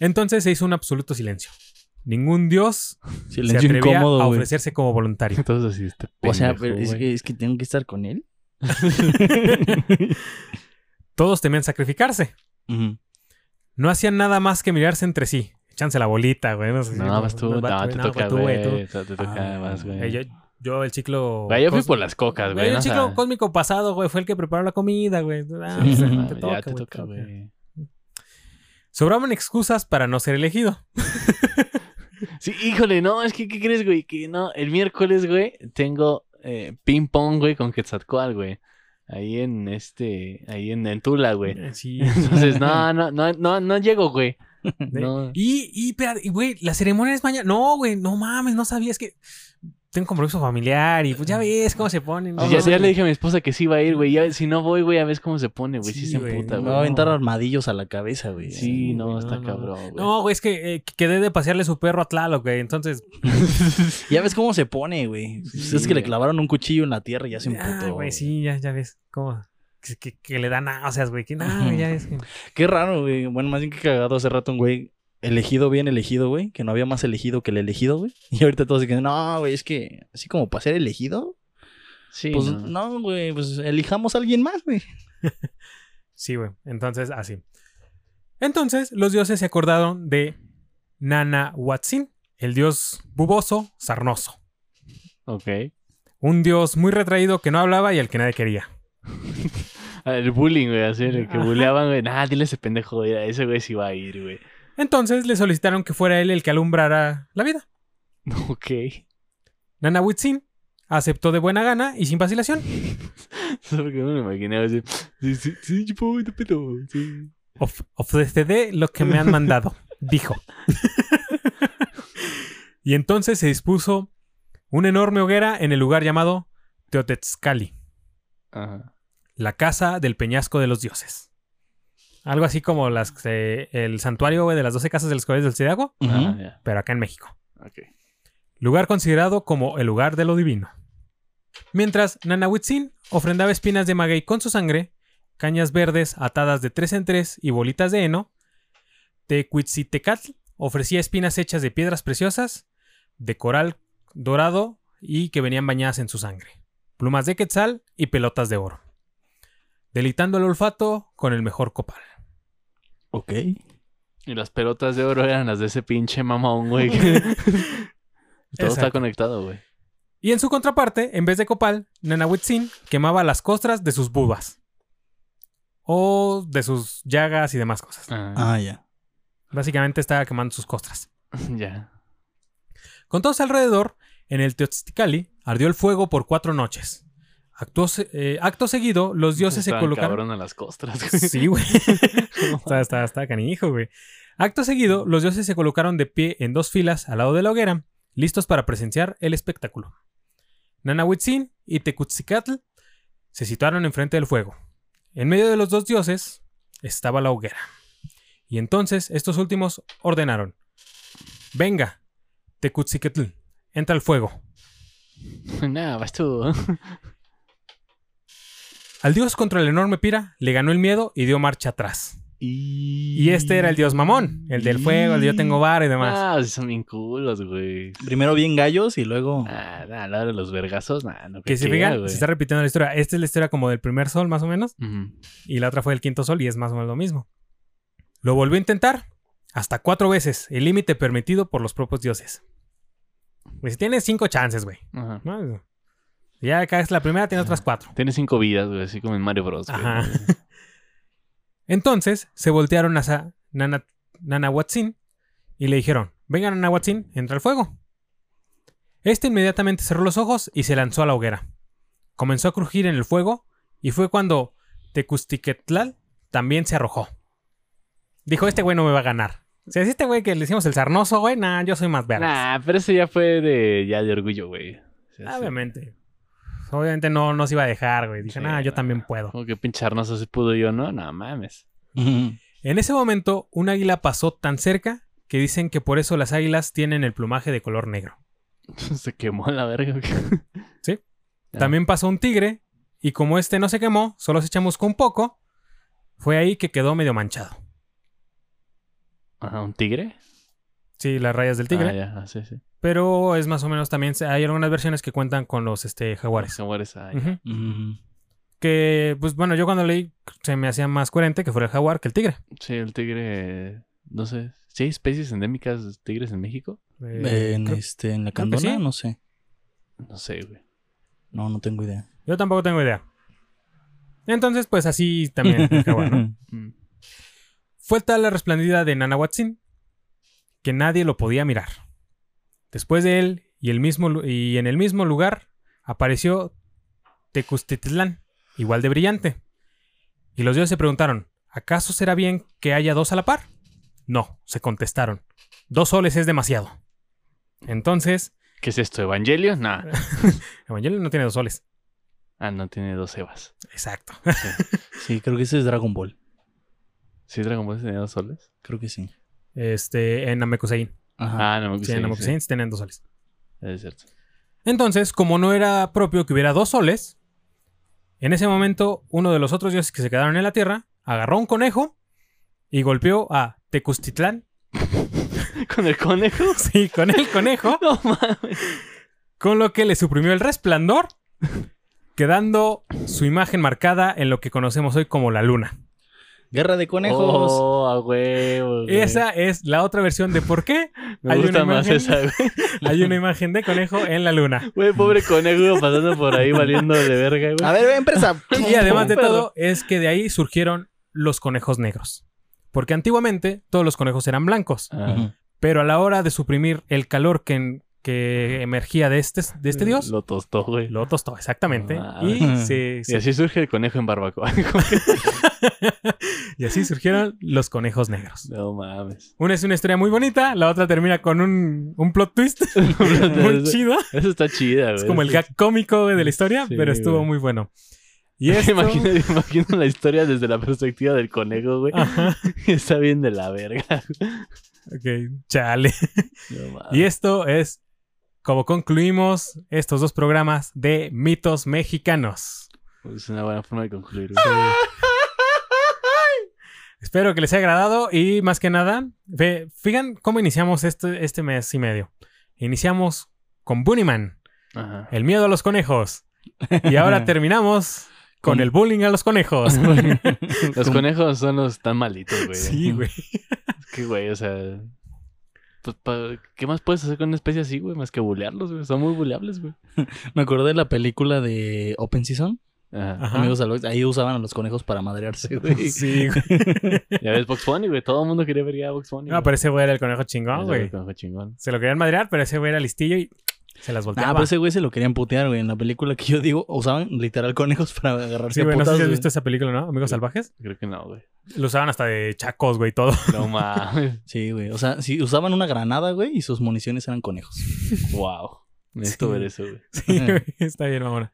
Speaker 1: entonces se hizo un absoluto silencio. Ningún dios se
Speaker 3: Silencio
Speaker 1: atrevía a
Speaker 3: incómodo, güey.
Speaker 1: ofrecerse como voluntario.
Speaker 2: Entonces así este
Speaker 3: O sea,
Speaker 2: pendejo,
Speaker 3: pero es,
Speaker 2: güey.
Speaker 3: que, es que tengo que estar con él.
Speaker 1: Todos temían sacrificarse.
Speaker 3: Ujú.
Speaker 1: No hacían nada más que mirarse entre sí. Echanse la bolita, güey. No, sé,
Speaker 2: No,
Speaker 1: no,
Speaker 2: más tú,
Speaker 1: no,
Speaker 2: no,
Speaker 1: vato,
Speaker 2: te
Speaker 1: no, pues
Speaker 2: toca,
Speaker 1: tú,
Speaker 2: güey.
Speaker 1: tú.
Speaker 2: Te te toca
Speaker 3: Ah.
Speaker 2: más,
Speaker 1: Eh,
Speaker 2: güey.
Speaker 1: yo, yo el ciclo...
Speaker 2: Güey, yo fui
Speaker 1: cos-
Speaker 2: por las cocas, güey.
Speaker 1: Yo el
Speaker 2: ¿no? O
Speaker 1: ciclo
Speaker 2: sea,
Speaker 1: cósmico pasado, güey, fue el que preparó la comida, güey. Ah,
Speaker 3: Sí,
Speaker 1: o sea,
Speaker 3: sí,
Speaker 1: te
Speaker 2: ya
Speaker 1: toca,
Speaker 2: te
Speaker 1: güey,
Speaker 2: toca, güey.
Speaker 1: Sobraban excusas para no ser elegido.
Speaker 2: Sí, híjole, no, es que, ¿qué crees, güey? Que no, el miércoles, güey, tengo eh, ping pong, güey, con Quetzalcoatl, güey. Ahí en este, ahí en, en Tula, güey.
Speaker 1: Eh, Sí.
Speaker 2: Entonces, no, no, no, no, no llego, güey.
Speaker 1: De-
Speaker 2: No.
Speaker 1: Y, y, espérate, y, güey, la ceremonia es mañana. No, güey, no mames, no sabía. Es que tengo compromiso familiar y pues ya ves cómo se ponen.
Speaker 2: Pues
Speaker 1: ¿no?
Speaker 2: ya, ya le dije a mi esposa que sí iba a ir, güey. Ya, si no voy, güey, a ver cómo se pone, güey. Sí,
Speaker 1: Sí,
Speaker 2: se
Speaker 1: güey,
Speaker 2: emputa,
Speaker 3: Me
Speaker 2: güey.
Speaker 3: va a aventar armadillos a la cabeza, güey.
Speaker 2: Sí, no,
Speaker 1: güey,
Speaker 2: está
Speaker 1: no, no,
Speaker 2: cabrón, güey.
Speaker 1: No, güey, es que eh, quedé de pasearle su perro a Tlaloc, güey. Entonces,
Speaker 3: Ya ves cómo se pone, güey.
Speaker 2: Sí,
Speaker 3: es que le
Speaker 2: güey.
Speaker 3: clavaron un cuchillo en la tierra y ya se
Speaker 1: ah,
Speaker 3: emputó.
Speaker 1: güey, sí, ya, ya ves cómo. Que, que- que le dan náuseas, güey. Que no,
Speaker 3: Ajá.
Speaker 1: güey, ya ves. que-
Speaker 3: Qué raro, güey. Bueno, más bien que cagado hace rato un güey elegido, bien elegido, güey. Que no había más elegido que el elegido, güey. Y ahorita todos dicen, no, güey, es que así como para ser elegido,
Speaker 2: Sí,
Speaker 3: pues
Speaker 2: no.
Speaker 3: no, güey, pues elijamos a alguien más, güey.
Speaker 1: Sí, güey. Entonces, así. Entonces, los dioses se acordaron de Nana Watsin, el dios buboso, sarnoso.
Speaker 2: Ok.
Speaker 1: Un dios muy retraído que no hablaba y al que nadie quería.
Speaker 2: Ah, El bullying, güey, así, el que
Speaker 1: Ajá.
Speaker 2: bulleaban, güey. Nah, dile a ese pendejo, güey. a Ese güey sí va a ir, güey.
Speaker 1: Entonces le solicitaron que fuera él el que alumbrara la vida.
Speaker 2: Ok.
Speaker 1: Nana Huitzin aceptó de buena gana y sin vacilación.
Speaker 2: Solo que no me lo imaginaba así. Sí, sí, sí, yo puedo, te pedo. Sí.
Speaker 1: Of- Ofreceré lo que me han mandado, dijo. y entonces se dispuso una enorme hoguera en el lugar llamado Teotetzcali,
Speaker 2: Ajá.
Speaker 1: la casa del peñasco de los dioses. Algo así como las, eh, el santuario güey, de las 12 casas de los colores del Zodiaco,
Speaker 3: Ujú.
Speaker 2: Ah, ya.
Speaker 1: pero acá en México.
Speaker 2: Ok.
Speaker 1: Lugar considerado como el lugar de lo divino. Mientras Nanahuitzin ofrendaba espinas de maguey con su sangre, cañas verdes atadas de tres en tres y bolitas de heno, Tecuitzitecatl ofrecía espinas hechas de piedras preciosas, de coral dorado y que venían bañadas en su sangre, plumas de quetzal y pelotas de oro, delitando el olfato con el mejor copal.
Speaker 3: Ok.
Speaker 2: Y las pelotas de oro eran las de ese pinche mamón, güey. que- Todo está
Speaker 1: Exacto.
Speaker 2: conectado, güey.
Speaker 1: Y en su contraparte, en vez de copal, Nanahuitzin quemaba las costras de sus bubas. O de sus llagas y demás cosas.
Speaker 2: Ah,
Speaker 3: Ah, ya.
Speaker 1: Básicamente estaba quemando sus costras.
Speaker 2: Ya.
Speaker 1: Con todos alrededor, en el Teotzticali ardió el fuego por cuatro noches. Actuó se- eh, acto seguido, los dioses se
Speaker 2: Estaban
Speaker 1: colocaron.
Speaker 2: cabrón a las costras, güey.
Speaker 1: Sí, güey. está, está, está canijo, güey. Acto seguido, los dioses se colocaron de pie en dos filas al lado de la hoguera, listos para presenciar el espectáculo. Nanahuitzin y Tecutzicatl se situaron enfrente del fuego. En medio de los dos dioses estaba la hoguera. Y entonces estos últimos ordenaron: Venga, Tecutzicatl, entra al fuego.
Speaker 2: Nah, vas tú.
Speaker 1: Al dios contra el enorme pira le ganó el miedo y dio marcha atrás.
Speaker 3: Y...
Speaker 1: Y este era el dios mamón, el del fuego, el de yo tengo vara y demás.
Speaker 2: Ah, sí son bien culos, güey.
Speaker 3: Primero bien gallos y luego...
Speaker 2: Ah, nah, la hora de los vergazos, nah, no
Speaker 1: Que si
Speaker 2: cualquiera,
Speaker 1: fijan,
Speaker 2: güey.
Speaker 1: se está repitiendo la historia. Esta es la historia como del primer sol, más o menos.
Speaker 2: Ujú.
Speaker 1: Y la otra fue del quinto sol y es más o menos lo mismo. Lo volvió a intentar hasta cuatro veces, el límite permitido por los propios dioses. Pues tienes cinco chances, güey.
Speaker 2: Ajá.
Speaker 1: ¿no? Ya acá es la primera, tiene otras cuatro.
Speaker 2: Tiene cinco vidas, güey, así como en Mario Bros. güey.
Speaker 1: Ajá. Entonces se voltearon hacia Nana, Nanahuatzin y le dijeron: Venga, Nanahuatzin, entra al fuego. Este inmediatamente cerró los ojos y se lanzó a la hoguera. Comenzó a crujir en el fuego y fue cuando Tecustiquetlal también se arrojó. Dijo: Este güey no me va a ganar. Si es este güey que le hicimos el sarnoso, güey, nah, yo soy más verde.
Speaker 2: Nah, pero ese ya fue de, ya de orgullo, güey. O
Speaker 1: Ah,
Speaker 2: sea, sí.
Speaker 1: Obviamente. Obviamente no nos iba a dejar, güey. Dije,
Speaker 2: Sí,
Speaker 1: nah, yo
Speaker 2: nah.
Speaker 1: también puedo.
Speaker 2: Como que pincharnos así pudo yo, ¿no? No mames.
Speaker 3: Ujú.
Speaker 1: En ese momento, un águila pasó tan cerca que dicen que por eso las águilas tienen el plumaje de color negro.
Speaker 2: Se quemó la verga. güey.
Speaker 1: Sí.
Speaker 2: Ah,
Speaker 1: También pasó un tigre, y como este no se quemó, solo se chamuscó un poco, fue ahí que quedó medio manchado.
Speaker 2: Ajá, un tigre.
Speaker 1: Sí, las rayas del
Speaker 2: Ah,
Speaker 1: tigre.
Speaker 2: ya, ah, sí, sí.
Speaker 1: pero es más o menos también, hay algunas versiones que cuentan con los este, jaguares.
Speaker 2: Se muere esa.
Speaker 1: Ujú.
Speaker 3: Ujú.
Speaker 1: Que, pues bueno, yo cuando leí se me hacía más coherente que fuera el jaguar que el tigre.
Speaker 2: Sí, el tigre. eh, No sé. ¿Sí hay especies endémicas de tigres en México?
Speaker 1: Eh,
Speaker 3: en,
Speaker 1: creo-
Speaker 3: este, en la
Speaker 1: creo que
Speaker 3: candona,
Speaker 1: sí.
Speaker 3: no sé.
Speaker 2: No sé, güey.
Speaker 3: No, no tengo idea.
Speaker 1: Yo tampoco tengo idea. Entonces, pues así también el jaguar, ¿no?
Speaker 2: Mm.
Speaker 1: Fue tal la resplandida de Nanahuatzin que nadie lo podía mirar. Después de él y, el mismo, lu- y en el mismo lugar apareció Tecustitlán, igual de brillante. Y los dioses se preguntaron, ¿acaso será bien que haya dos a la par? No, se contestaron. Dos soles es demasiado. Entonces,
Speaker 2: ¿Qué es esto? ¿Evangelio? Nah.
Speaker 1: Evangelio no tiene dos soles.
Speaker 2: Ah, no tiene dos Evas.
Speaker 1: Exacto.
Speaker 3: Sí, creo que ese es Dragon Ball.
Speaker 2: ¿Sí Dragon Ball tenía dos soles?
Speaker 3: Creo que sí.
Speaker 1: Este, en Namekusein.
Speaker 3: Ajá.
Speaker 2: Ah, no me
Speaker 1: Sí,
Speaker 2: gusta.
Speaker 1: en Namekusein sí tienen dos soles.
Speaker 2: Es cierto.
Speaker 1: Entonces, como no era propio que hubiera dos soles, en ese momento uno de los otros dioses que se quedaron en la tierra agarró un conejo y golpeó a Tecustitlán.
Speaker 2: ¿Con el conejo?
Speaker 1: Sí, con el conejo,
Speaker 2: No mames.
Speaker 1: con lo que le suprimió el resplandor, quedando su imagen marcada en lo que conocemos hoy como la luna.
Speaker 3: Guerra de conejos.
Speaker 2: Oh, a huevo. güey.
Speaker 1: Esa es la otra versión de por qué
Speaker 2: Me
Speaker 1: hay una
Speaker 2: gusta más
Speaker 1: imagen.
Speaker 2: esa, güey.
Speaker 1: hay una imagen de conejo en la luna.
Speaker 2: Güey, pobre conejo pasando por ahí valiendo de verga, güey.
Speaker 3: A ver, empresa.
Speaker 1: Y además de todo, es que de ahí surgieron los conejos negros. Porque antiguamente todos los conejos eran blancos.
Speaker 2: Ah,
Speaker 3: Ujú.
Speaker 1: Pero a la hora de suprimir el calor que, que emergía de este, de este dios, lo,
Speaker 2: Lo tostó, güey.
Speaker 1: tostó, exactamente.
Speaker 2: Ah,
Speaker 1: y,
Speaker 3: ah.
Speaker 1: se-
Speaker 2: Y
Speaker 1: se-
Speaker 2: así surge el conejo en barbacoa.
Speaker 1: y así surgieron los conejos negros.
Speaker 2: no mames.
Speaker 1: Una es una historia muy bonita, la otra termina con un, un plot twist muy
Speaker 2: eso,
Speaker 1: chido.
Speaker 2: eso está chida, güey.
Speaker 1: Es como el gag cómico güey, de la historia,
Speaker 2: Sí,
Speaker 1: pero estuvo
Speaker 2: güey.
Speaker 1: muy bueno. Y esto...
Speaker 2: Imagino, imagino la historia desde la perspectiva del conejo, güey.
Speaker 1: Ajá,
Speaker 2: Está bien de la verga.
Speaker 1: ok, chale.
Speaker 2: No mames.
Speaker 1: Y esto es como concluimos estos dos programas de mitos mexicanos.
Speaker 2: Es una buena forma de concluir.
Speaker 1: ¡Ah! Espero que les haya agradado y más que nada, ve, fijan cómo iniciamos este, este mes y medio. Iniciamos con Bunnyman,
Speaker 2: Ajá.
Speaker 1: el miedo a los conejos. Y ahora terminamos con el bullying a los conejos.
Speaker 2: Los conejos son los tan malitos, güey.
Speaker 1: Sí, güey.
Speaker 2: Es que, güey, o sea. pues, pa- ¿Qué más puedes hacer con una especie así, güey? Más que bulearlos, güey. Son muy buleables, güey.
Speaker 3: Me acordé de la película de Open Season.
Speaker 2: Ajá.
Speaker 1: Ajá.
Speaker 3: Amigos Aloy, ahí usaban a los conejos para madrearse, güey. Ah,
Speaker 1: Sí, güey.
Speaker 2: Ya ves Box Bunny, güey. Todo el mundo quería ver ya a Box
Speaker 1: No,
Speaker 2: Bunny. güey.
Speaker 1: Ah, pero ese güey era el conejo
Speaker 2: Ese
Speaker 1: chingón,
Speaker 2: güey,
Speaker 1: güey.
Speaker 2: conejo chingón.
Speaker 1: Se lo querían madrear, pero ese güey era listillo y se las volteaba.
Speaker 3: Ah, pero ese güey se lo querían putear, güey. En la película que yo digo, usaban literal conejos para agarrarse
Speaker 1: Sí,
Speaker 3: a
Speaker 1: güey, no sé
Speaker 3: putas,
Speaker 1: si has
Speaker 3: güey.
Speaker 1: visto esa película, ¿no? Amigos
Speaker 2: Sí.
Speaker 1: salvajes.
Speaker 2: Creo que no, güey.
Speaker 1: Lo usaban hasta de chacos, güey, y todo.
Speaker 2: No mames.
Speaker 3: Sí, güey. O sea, si usaban una granada, güey, y sus municiones eran conejos.
Speaker 2: wow. Necesito
Speaker 1: Sí.
Speaker 2: ver eso, güey.
Speaker 1: Sí, güey, está bien, mamona.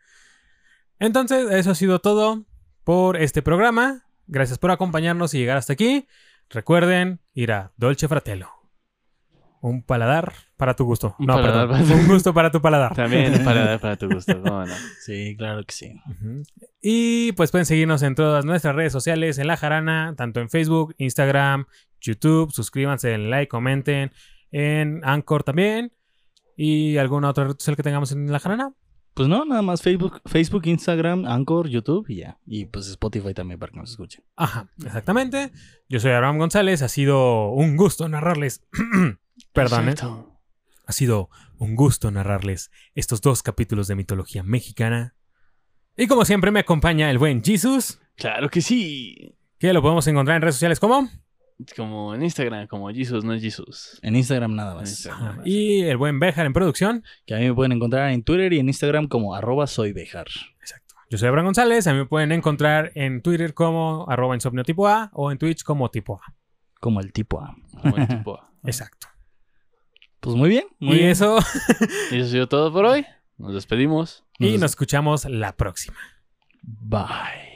Speaker 1: Entonces, eso ha sido todo por este programa. Gracias por acompañarnos y llegar hasta aquí. Recuerden ir a Dolce Fratello. Un paladar para tu gusto.
Speaker 2: Un
Speaker 1: no,
Speaker 2: paladar
Speaker 1: perdón.
Speaker 2: para-
Speaker 1: Un gusto para tu paladar.
Speaker 2: También para, para tu gusto, cómo no.
Speaker 3: Sí, claro que sí.
Speaker 1: Ujú. Y pues pueden seguirnos en todas nuestras redes sociales, en La Jarana, tanto en Facebook, Instagram, YouTube. Suscríbanse, den like, comenten. En Anchor también. ¿Y alguna otra red social que tengamos en La Jarana?
Speaker 3: Pues no, nada más Facebook, Facebook, Instagram, Anchor, YouTube y ya. Y pues Spotify también para que nos escuchen.
Speaker 1: Ajá, exactamente. Yo soy Abraham González. Ha sido un gusto narrarles. Perdón, ¿eh?
Speaker 2: Exacto.
Speaker 1: Ha sido un gusto narrarles estos dos capítulos de mitología mexicana. Y como siempre, me acompaña el buen Jesus,
Speaker 2: Claro que sí.
Speaker 1: que lo podemos encontrar en redes sociales como.
Speaker 2: Como en Instagram, como Jesus, no es Jesus.
Speaker 3: En Instagram nada
Speaker 2: En
Speaker 3: más.
Speaker 2: Instagram, nada más.
Speaker 1: Pues, ah, Y el buen Bejar en producción.
Speaker 3: Que a mí me pueden encontrar en Twitter y en Instagram como arroba soy Bejar.
Speaker 1: Exacto. Yo soy Abraham González. A mí me pueden encontrar en Twitter como arroba insomnio tipo A o en Twitch como tipo A.
Speaker 3: Como el tipo A.
Speaker 2: Como el tipo A.
Speaker 1: Exacto.
Speaker 3: Pues muy bien. Muy
Speaker 1: y
Speaker 3: bien.
Speaker 1: eso.
Speaker 2: Y eso ha sido todo por hoy. Nos despedimos.
Speaker 1: Y
Speaker 3: Nos-
Speaker 1: nos escuchamos la próxima.
Speaker 3: Bye.